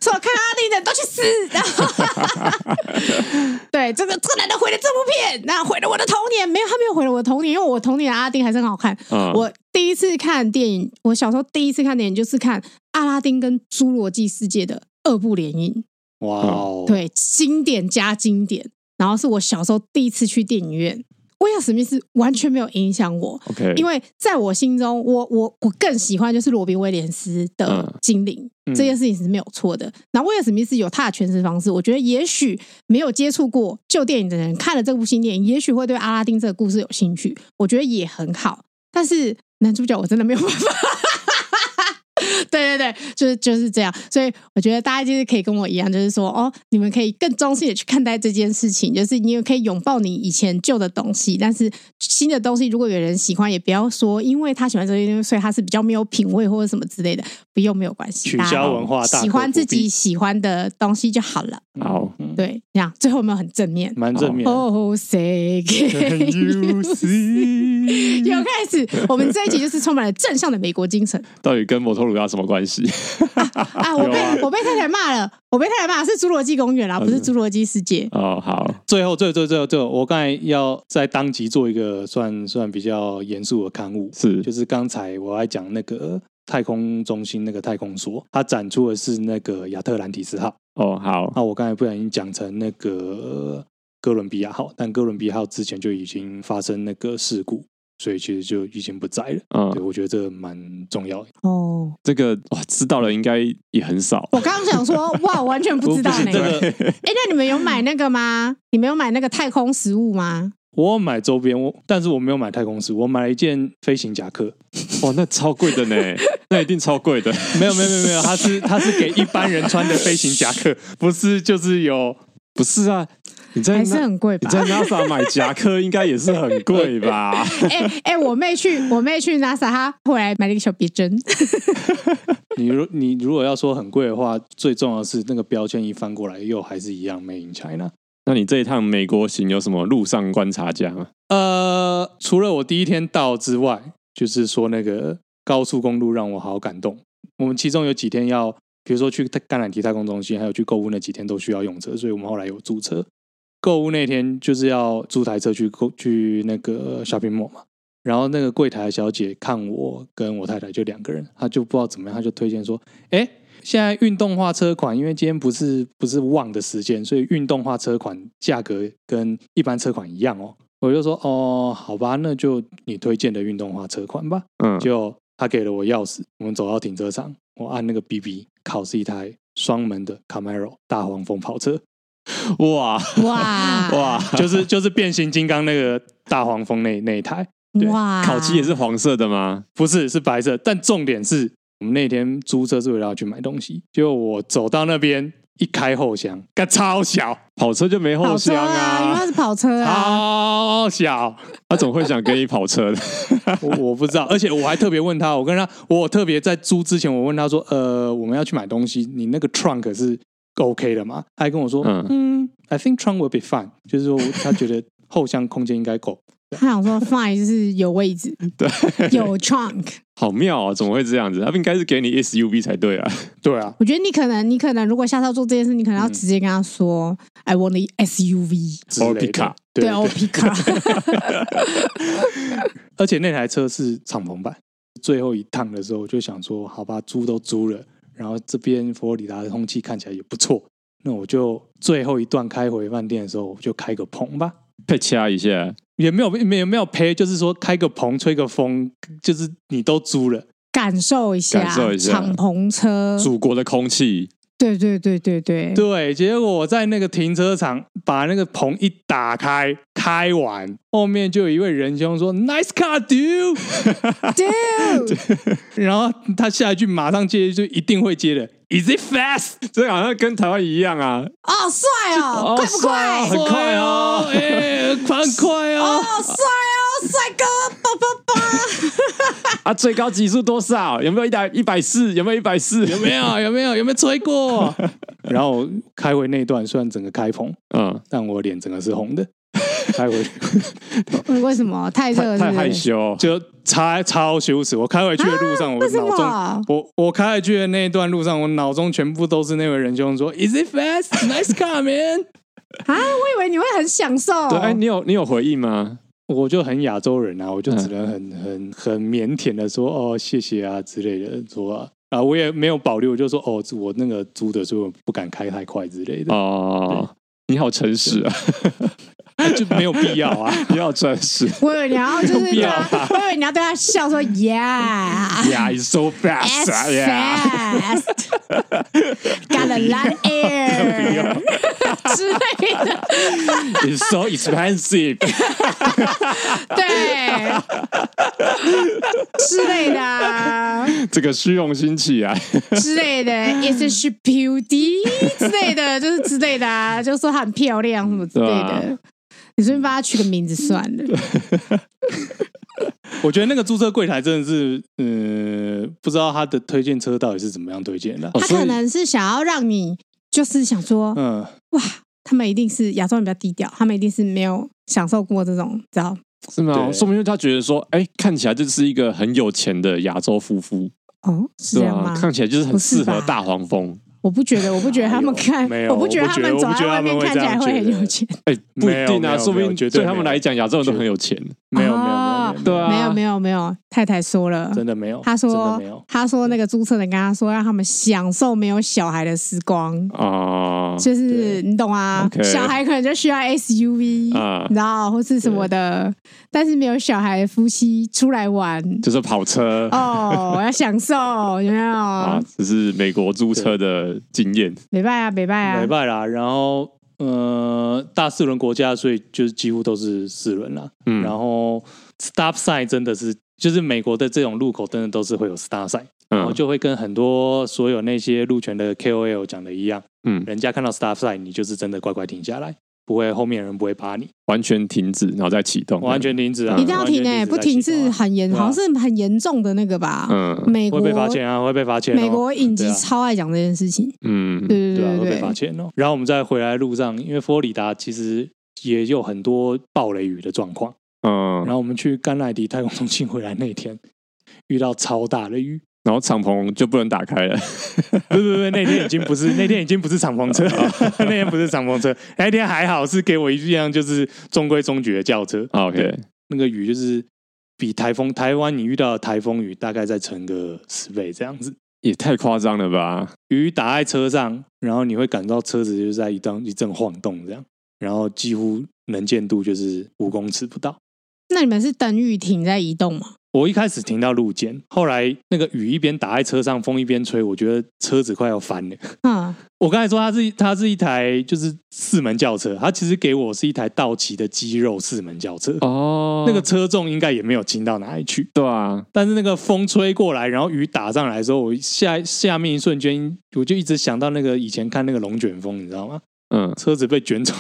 C: 说我看阿拉丁的都去死，然后 对这个这个男的毁了这部片，那毁了我的童年，没有他没有毁了我的童年，因为我童年的阿拉丁还是很好看，
D: 嗯
C: 我第一次看电影，我小时候第一次看电影就是看《阿拉丁》跟《侏罗纪世界》的二部联映，
B: 哇哦，，
C: 对，经典加经典。然后是我小时候第一次去电影院，威尔史密斯完全没有影响我，
D: OK，
C: 因为在我心中，我我我更喜欢就是罗宾威廉斯的
D: 嗯
C: 精灵、
B: 嗯
C: 这件事情是没有错的。然后威尔史密斯有他的诠释方式，我觉得也许没有接触过旧电影的人看了这部新电影，也许会对阿拉丁这个故事有兴趣，我觉得也很好。但是男主角我真的没有办法。对对对，就是就是这样，所以我觉得大家就是可以跟我一样，就是说哦，你们可以更中性的去看待这件事情，就是你也可以拥抱你以前旧的东西，但是新的东西如果有人喜欢，也不要说因为他喜欢这些东西，所以他是比较没有品味或者什么之类的，不用没有关系，
B: 取消文化
C: 大
B: 大
C: 家喜欢
B: 可不
C: 自
B: 必
C: 己喜欢的东西就好了。
D: 好，
B: 嗯，
C: 对，这样最后有没有很正面？
B: 蛮正面的。
C: 哦、谁
B: Can
C: can
B: you
C: you
B: see？
C: 又开始，我们这一集就是充满了正向的美国精神。
D: 到底跟摩托鲁拉什么关系？
C: 啊，我被、
B: 有啊
C: 我被太太骂了，我被太太骂是侏罗纪公园啦，不是侏罗纪世界。
D: 哦，好，
B: 最后，最后，最后，最后，最后，我刚才要在当集做一个算算比较严肃的刊物，
D: 是
B: 就是刚才我来讲那个呃太空中心那个太空梭，它展出的是那个亚特兰提斯号。
D: 哦，好，
B: 那我刚才不小心讲成那个呃哥伦比亚号，但哥伦比亚号之前就已经发生那个事故，所以其实就已经不在了。对，
D: 嗯，
B: 我觉得这蛮重要的。
C: 哦，
D: 这个哇，知道了应该也很少
C: 我刚刚想说，哇，我完全不知道
B: 不是
C: 呢。
B: 这个
C: 哎、那你们有买那个吗？你们有买那个太空食物吗？
B: 我有买周边，我但是我没有买太空服，我买了一件飞行夹克。
D: 哇，哦那超贵 的呢，那一定超贵的，
B: 没有没有没有没有，它是它是给一般人穿的飞行夹克， 不是就是有
D: 不是啊？你在
C: 还是
D: 那
C: 很贵
D: 你
C: 吧？
D: 在 NASA 买夹克应该也是很贵 吧？
C: 哎哎、我妹去，我妹去 NASA，她后来买了一个小别针。
B: 你如你如果要说很贵的话，最重要的是那个标签一翻过来又还是一样 Made in China。
D: 那你这一趟美国行有什么路上观察家吗？
B: 呃，除了我第一天到之外，就是说那个高速公路让我好感动。我们其中有几天要，比如说去甘榄提太空中心，还有去购物那几天都需要用车，所以我们后来有租车。购物那天就是要租台车去购去那个 shopping mall 嘛，然后那个柜台的小姐看我跟我太太就两个人，她就不知道怎么样，她就推荐说，哎。现在运动化车款，因为今天不是不是旺的时间，所以运动化车款价格跟一般车款一样哦。我就说哦，好吧，那就你推荐的运动化车款吧。
D: 嗯，
B: 就他给了我钥匙，我们走到停车场，我按那个 BB，考是一台双门的 Camaro 大黄蜂跑车，
D: 哇
C: 哇
D: 哇，
B: 就是就是变形金刚那个大黄蜂那那一台，对
C: 哇，
D: 烤鸡也是黄色的吗？
B: 不是是白色，但重点是我们那天租车是为了要去买东西，结果我走到那边一开后箱，干超小，
D: 跑车就没后
C: 跑车
D: 箱
C: 啊，因为它
D: 啊，
C: 是跑车啊。
B: 超小。
D: 他总会想给你跑车的。
B: 我我不知道，而且我还特别问他，我跟他，我特别在租之前，我问他说，呃，我们要去买东西，你那个 trunk 是 OK 的吗？他还跟我说，
D: 嗯
B: 嗯 i think trunk will be fine，就是说我他觉得后箱空间应该够。
C: 他想说 fine 就是有位置，
D: 对，
C: 有 trunk。
D: 好妙啊、怎么会这样子？他们应该是给你 SUV 才对啊。
B: 对啊，
C: 我觉得你可能，你可能如果下次要做这件事，你可能要直接跟他说、i want the SUV，
B: 之类的
D: Orbica
B: 对
C: 对，我 pick up。
B: 而且那台车是敞篷版。最后一趟的时候，我就想说，好吧，租都租了，然后这边佛罗里达的空气看起来也不错，那我就最后一段开回饭店的时候，我就开个棚吧。
D: 配掐一下，
B: 也没有没有没有赔，就是说开个棚吹个风，就是你都租了，
C: 感受一下，
D: 感受一下
C: 敞篷车，
D: 祖国的空气，
C: 对对对对对，
B: 对。结果我在那个停车场把那个棚一打开，开完后面就有一位仁兄说 “Nice car, dude”，
C: Dude，
B: 然后他下一句马上接就一定会接的，“Is it fast？”
D: 这好像跟台湾一样啊。
C: 哦，帅哦，快不快？
D: 很快哦
B: 哎、很快哦，
C: 哦，帅哦，帅哥，叭叭 叭，
D: 啊，最高级数多少？有没有一百一百四？有没有一百四？
B: 有没有？有没有？有没有吹过？ 然后开会那一段虽然整个开棚，
D: 嗯，
B: 但我脸整个是红的。开会
C: 嗯为什么太热？是
D: 太
C: 不
D: 太
C: 是
D: 害羞，
B: 就超超羞耻。我开回去的路上，我
C: 啊为什
B: 脑中
C: 么？
B: 我我开回去的那一段路上，我脑中全部都是那位仁兄说 “Is it fast? Nice car, man！”
C: 啊，我以为你会很享受。
D: 对，哎，你有你有回应吗？
B: 我就很亚洲人啊，我就只能
D: 嗯
B: 很、很很腼腆的说哦谢谢啊之类的说啊，啊我也没有保留，我就说哦我那个租的，所以我不敢开太快之类的，
D: 哦，你好诚实啊，
B: 就没有必要 啊。
D: 你好诚实
C: 我以为你要就是
B: 有必
C: 对
B: 要
C: 他， 我以为你要对他笑说 Yeah。
D: ，Yeah, it's
C: As
D: so fast, ah, yeah。
C: fast, got a lot of air 之类的，
D: It's so expensive
C: 对之类的啊
D: 这个虚荣心起来，
C: 之类 的，is she beauty 之类的，就是之类的啊，就说她很漂亮什么之类
D: 对
C: 的。
B: 啊
C: 你随便帮她取个名字算了。
B: 我觉得那个租车柜台真的是，呃，不知道他的推荐车到底是怎么样推荐的、啊
D: 哦
C: 他
D: 所以
C: 可能是想要让你，就是想说，
B: 嗯，
C: 哇，他们一定是亚洲人比较低调，他们一定是没有享受过这种，知道？
D: 是吗？
B: 对
D: 说明他觉得说，哎，看起来就是一个很有钱的亚洲夫妇，
C: 哦，是这
D: 对
C: 样
D: 啊
C: 吗？，
D: 看起来就是很
C: 不是
D: 适合
C: 吧
D: 大黄蜂。
C: 我不觉得，我不觉得他们看
B: 哎没，有
C: 我不觉得他们
B: 我不觉
C: 走
B: 得
C: 在外面
B: 我不觉
C: 看
B: 得
C: 起
B: 他
C: 来
B: 们会
C: 会很
B: 这样
C: 有钱。
D: 哎，不
B: 没
D: 一
B: 有
D: 定
B: 没
D: 啊，
B: 有
D: 说不
B: 没有
D: 定
B: 绝对
D: 对他们
B: 没有
D: 来讲，亚洲人都
B: 绝
D: 很有钱。
B: 没有没有没
C: 哦
B: 有没有，
D: 对啊，
C: 没有没有没有，太太说了，
B: 真的没有，
C: 她
B: 真的
C: 说
B: 没有，
C: 她说那个注册人跟她说，让他们享受没有小孩的时光。
D: 啊
C: 就是你懂啊
D: OK
C: 小孩可能就需要 SUV，、
D: 啊
C: 然后或是什么的，但是没有小孩的夫妻出来玩
D: 就是跑车
C: 哦，我要享受，有没
D: 啊
C: 有？，
D: 这是美国租车的经验。
C: 没办啊，没办啊
B: 没，办啦。然后，呃，大四轮国家，所以就是几乎都是四轮啦。
D: 嗯，
B: 然后 stop sign 真的是，就是美国的这种路口真的都是会有 stop sign，、然后
D: 嗯
B: 就会跟很多所有那些路权的 KOL 讲的一样，
D: 嗯，
B: 人家看到 stop sign，你就是真的乖乖停下来，不会后面人不会扒你，
D: 完全停止，然后再启动，
B: 完全停
D: 嗯
B: 止啊，
C: 一定要停
B: 哎、
C: 哎、不停是很严，
B: 对啊
C: 好像是很严重的那个吧？
D: 嗯
C: 美国
B: 会被罚钱啊，会被罚钱、哦，
C: 美国影
B: 对
C: 集
B: 啊
C: 超爱讲这件事情，
D: 嗯
C: 对
B: 对啊，
C: 对
B: 会被
C: 对
B: 罚钱哦。然后我们再回来路上，因为佛罗里达其实也有很多暴雷雨的状况。
D: 嗯，
B: 然后我们去甘乃迪太空中心回来那天，遇到超大的雨。
D: 然后敞篷就不能打 开了，
B: 不不不，那天已经不是那天已经不是敞篷车，那天不是敞篷车，那天还好是给我一辆就是中规中矩的轿车。
D: 啊 OK，
B: 对那个雨就是比台风，台湾你遇到的台风雨大概再乘个十倍这样子。
D: 也太夸张了吧？
B: 雨打在车上，然后你会感到车子就是在一当一阵晃动这样，然后几乎能见度就是五公尺不到。
C: 那你们是等雨停在移动吗？
B: 我一开始停到路肩，后来那个雨一边打在车上，风一边吹，我觉得车子快要翻了。
C: 嗯，
B: 我刚才说它是它是一台就是四门轿车，它其实给我是一台道奇的肌肉四门轿车，
D: 哦
B: 那个车重应该也没有轻到哪里去。
D: 对啊，
B: 但是那个风吹过来，然后雨打上来的时候，我下下面一瞬间，我就一直想到那个以前看那个龙卷风，你知道吗？
D: 嗯，
B: 车子被卷走，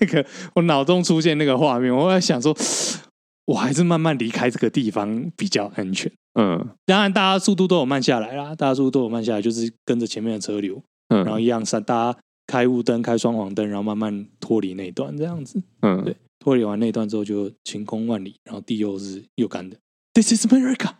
B: 那个我脑中出现那个画面，我在想说， 我还是慢慢离开这个地方比较安全。
D: 嗯
B: 当然，大家速度都有慢下来啦，大家速度都有慢下来，就是跟着前面的车流，
D: 嗯，
B: 然后一样闪，大家开雾灯、开双黄灯，然后慢慢脱离那一段，这样子。
D: 嗯
B: 对，脱离完那一段之后，就晴空万里，然后地又是又干的。This is America，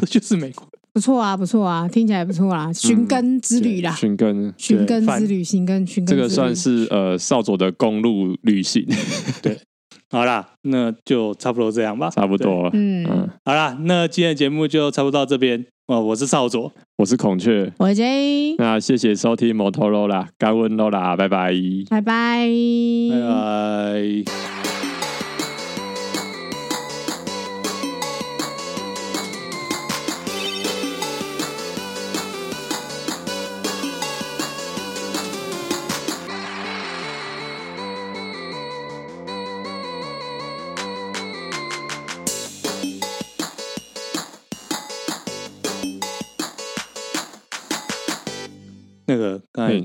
B: 这就是美国。
C: 不错啊，不错啊，听起来不错啊，寻根之旅啦，
D: 寻根，
C: 寻根
B: 嗯对
C: 之旅，寻根，寻根之旅，
D: 这个算是呃少佐的公路旅行，
B: 好啦，那就差不多这样吧，
D: 差不
B: 对。
D: 多了。
C: 嗯
D: 嗯，，
B: 好啦，那今天的节目就差不多到这边。哦，我是少佐，
D: 我是孔雀，
C: 我是 J，
D: 那谢谢收听摩托罗拉，该温罗拉，拜 拜。
C: 拜拜，
B: 拜拜。那个刚才
D: 嗯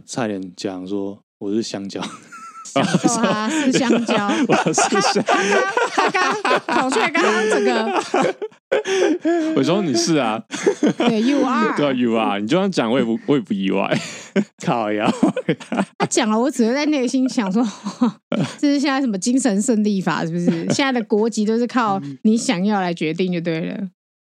B: 差点讲说我是香蕉，
C: 享受它
D: 啊
C: 是香 蕉。
D: 我是 想，
C: 他刚他刚跑出来，刚刚整 个
D: 我说你是啊，
C: 对 you
D: 对啊
C: are，
D: ，you 啊，你这样讲我也不我也不意 外。
B: 靠呀！
C: 他讲了，我只是在内心想说， 哇这是现
D: 嗯
C: 在什么精神胜利法是不是？现在的国籍都是靠你想要来决定就对了。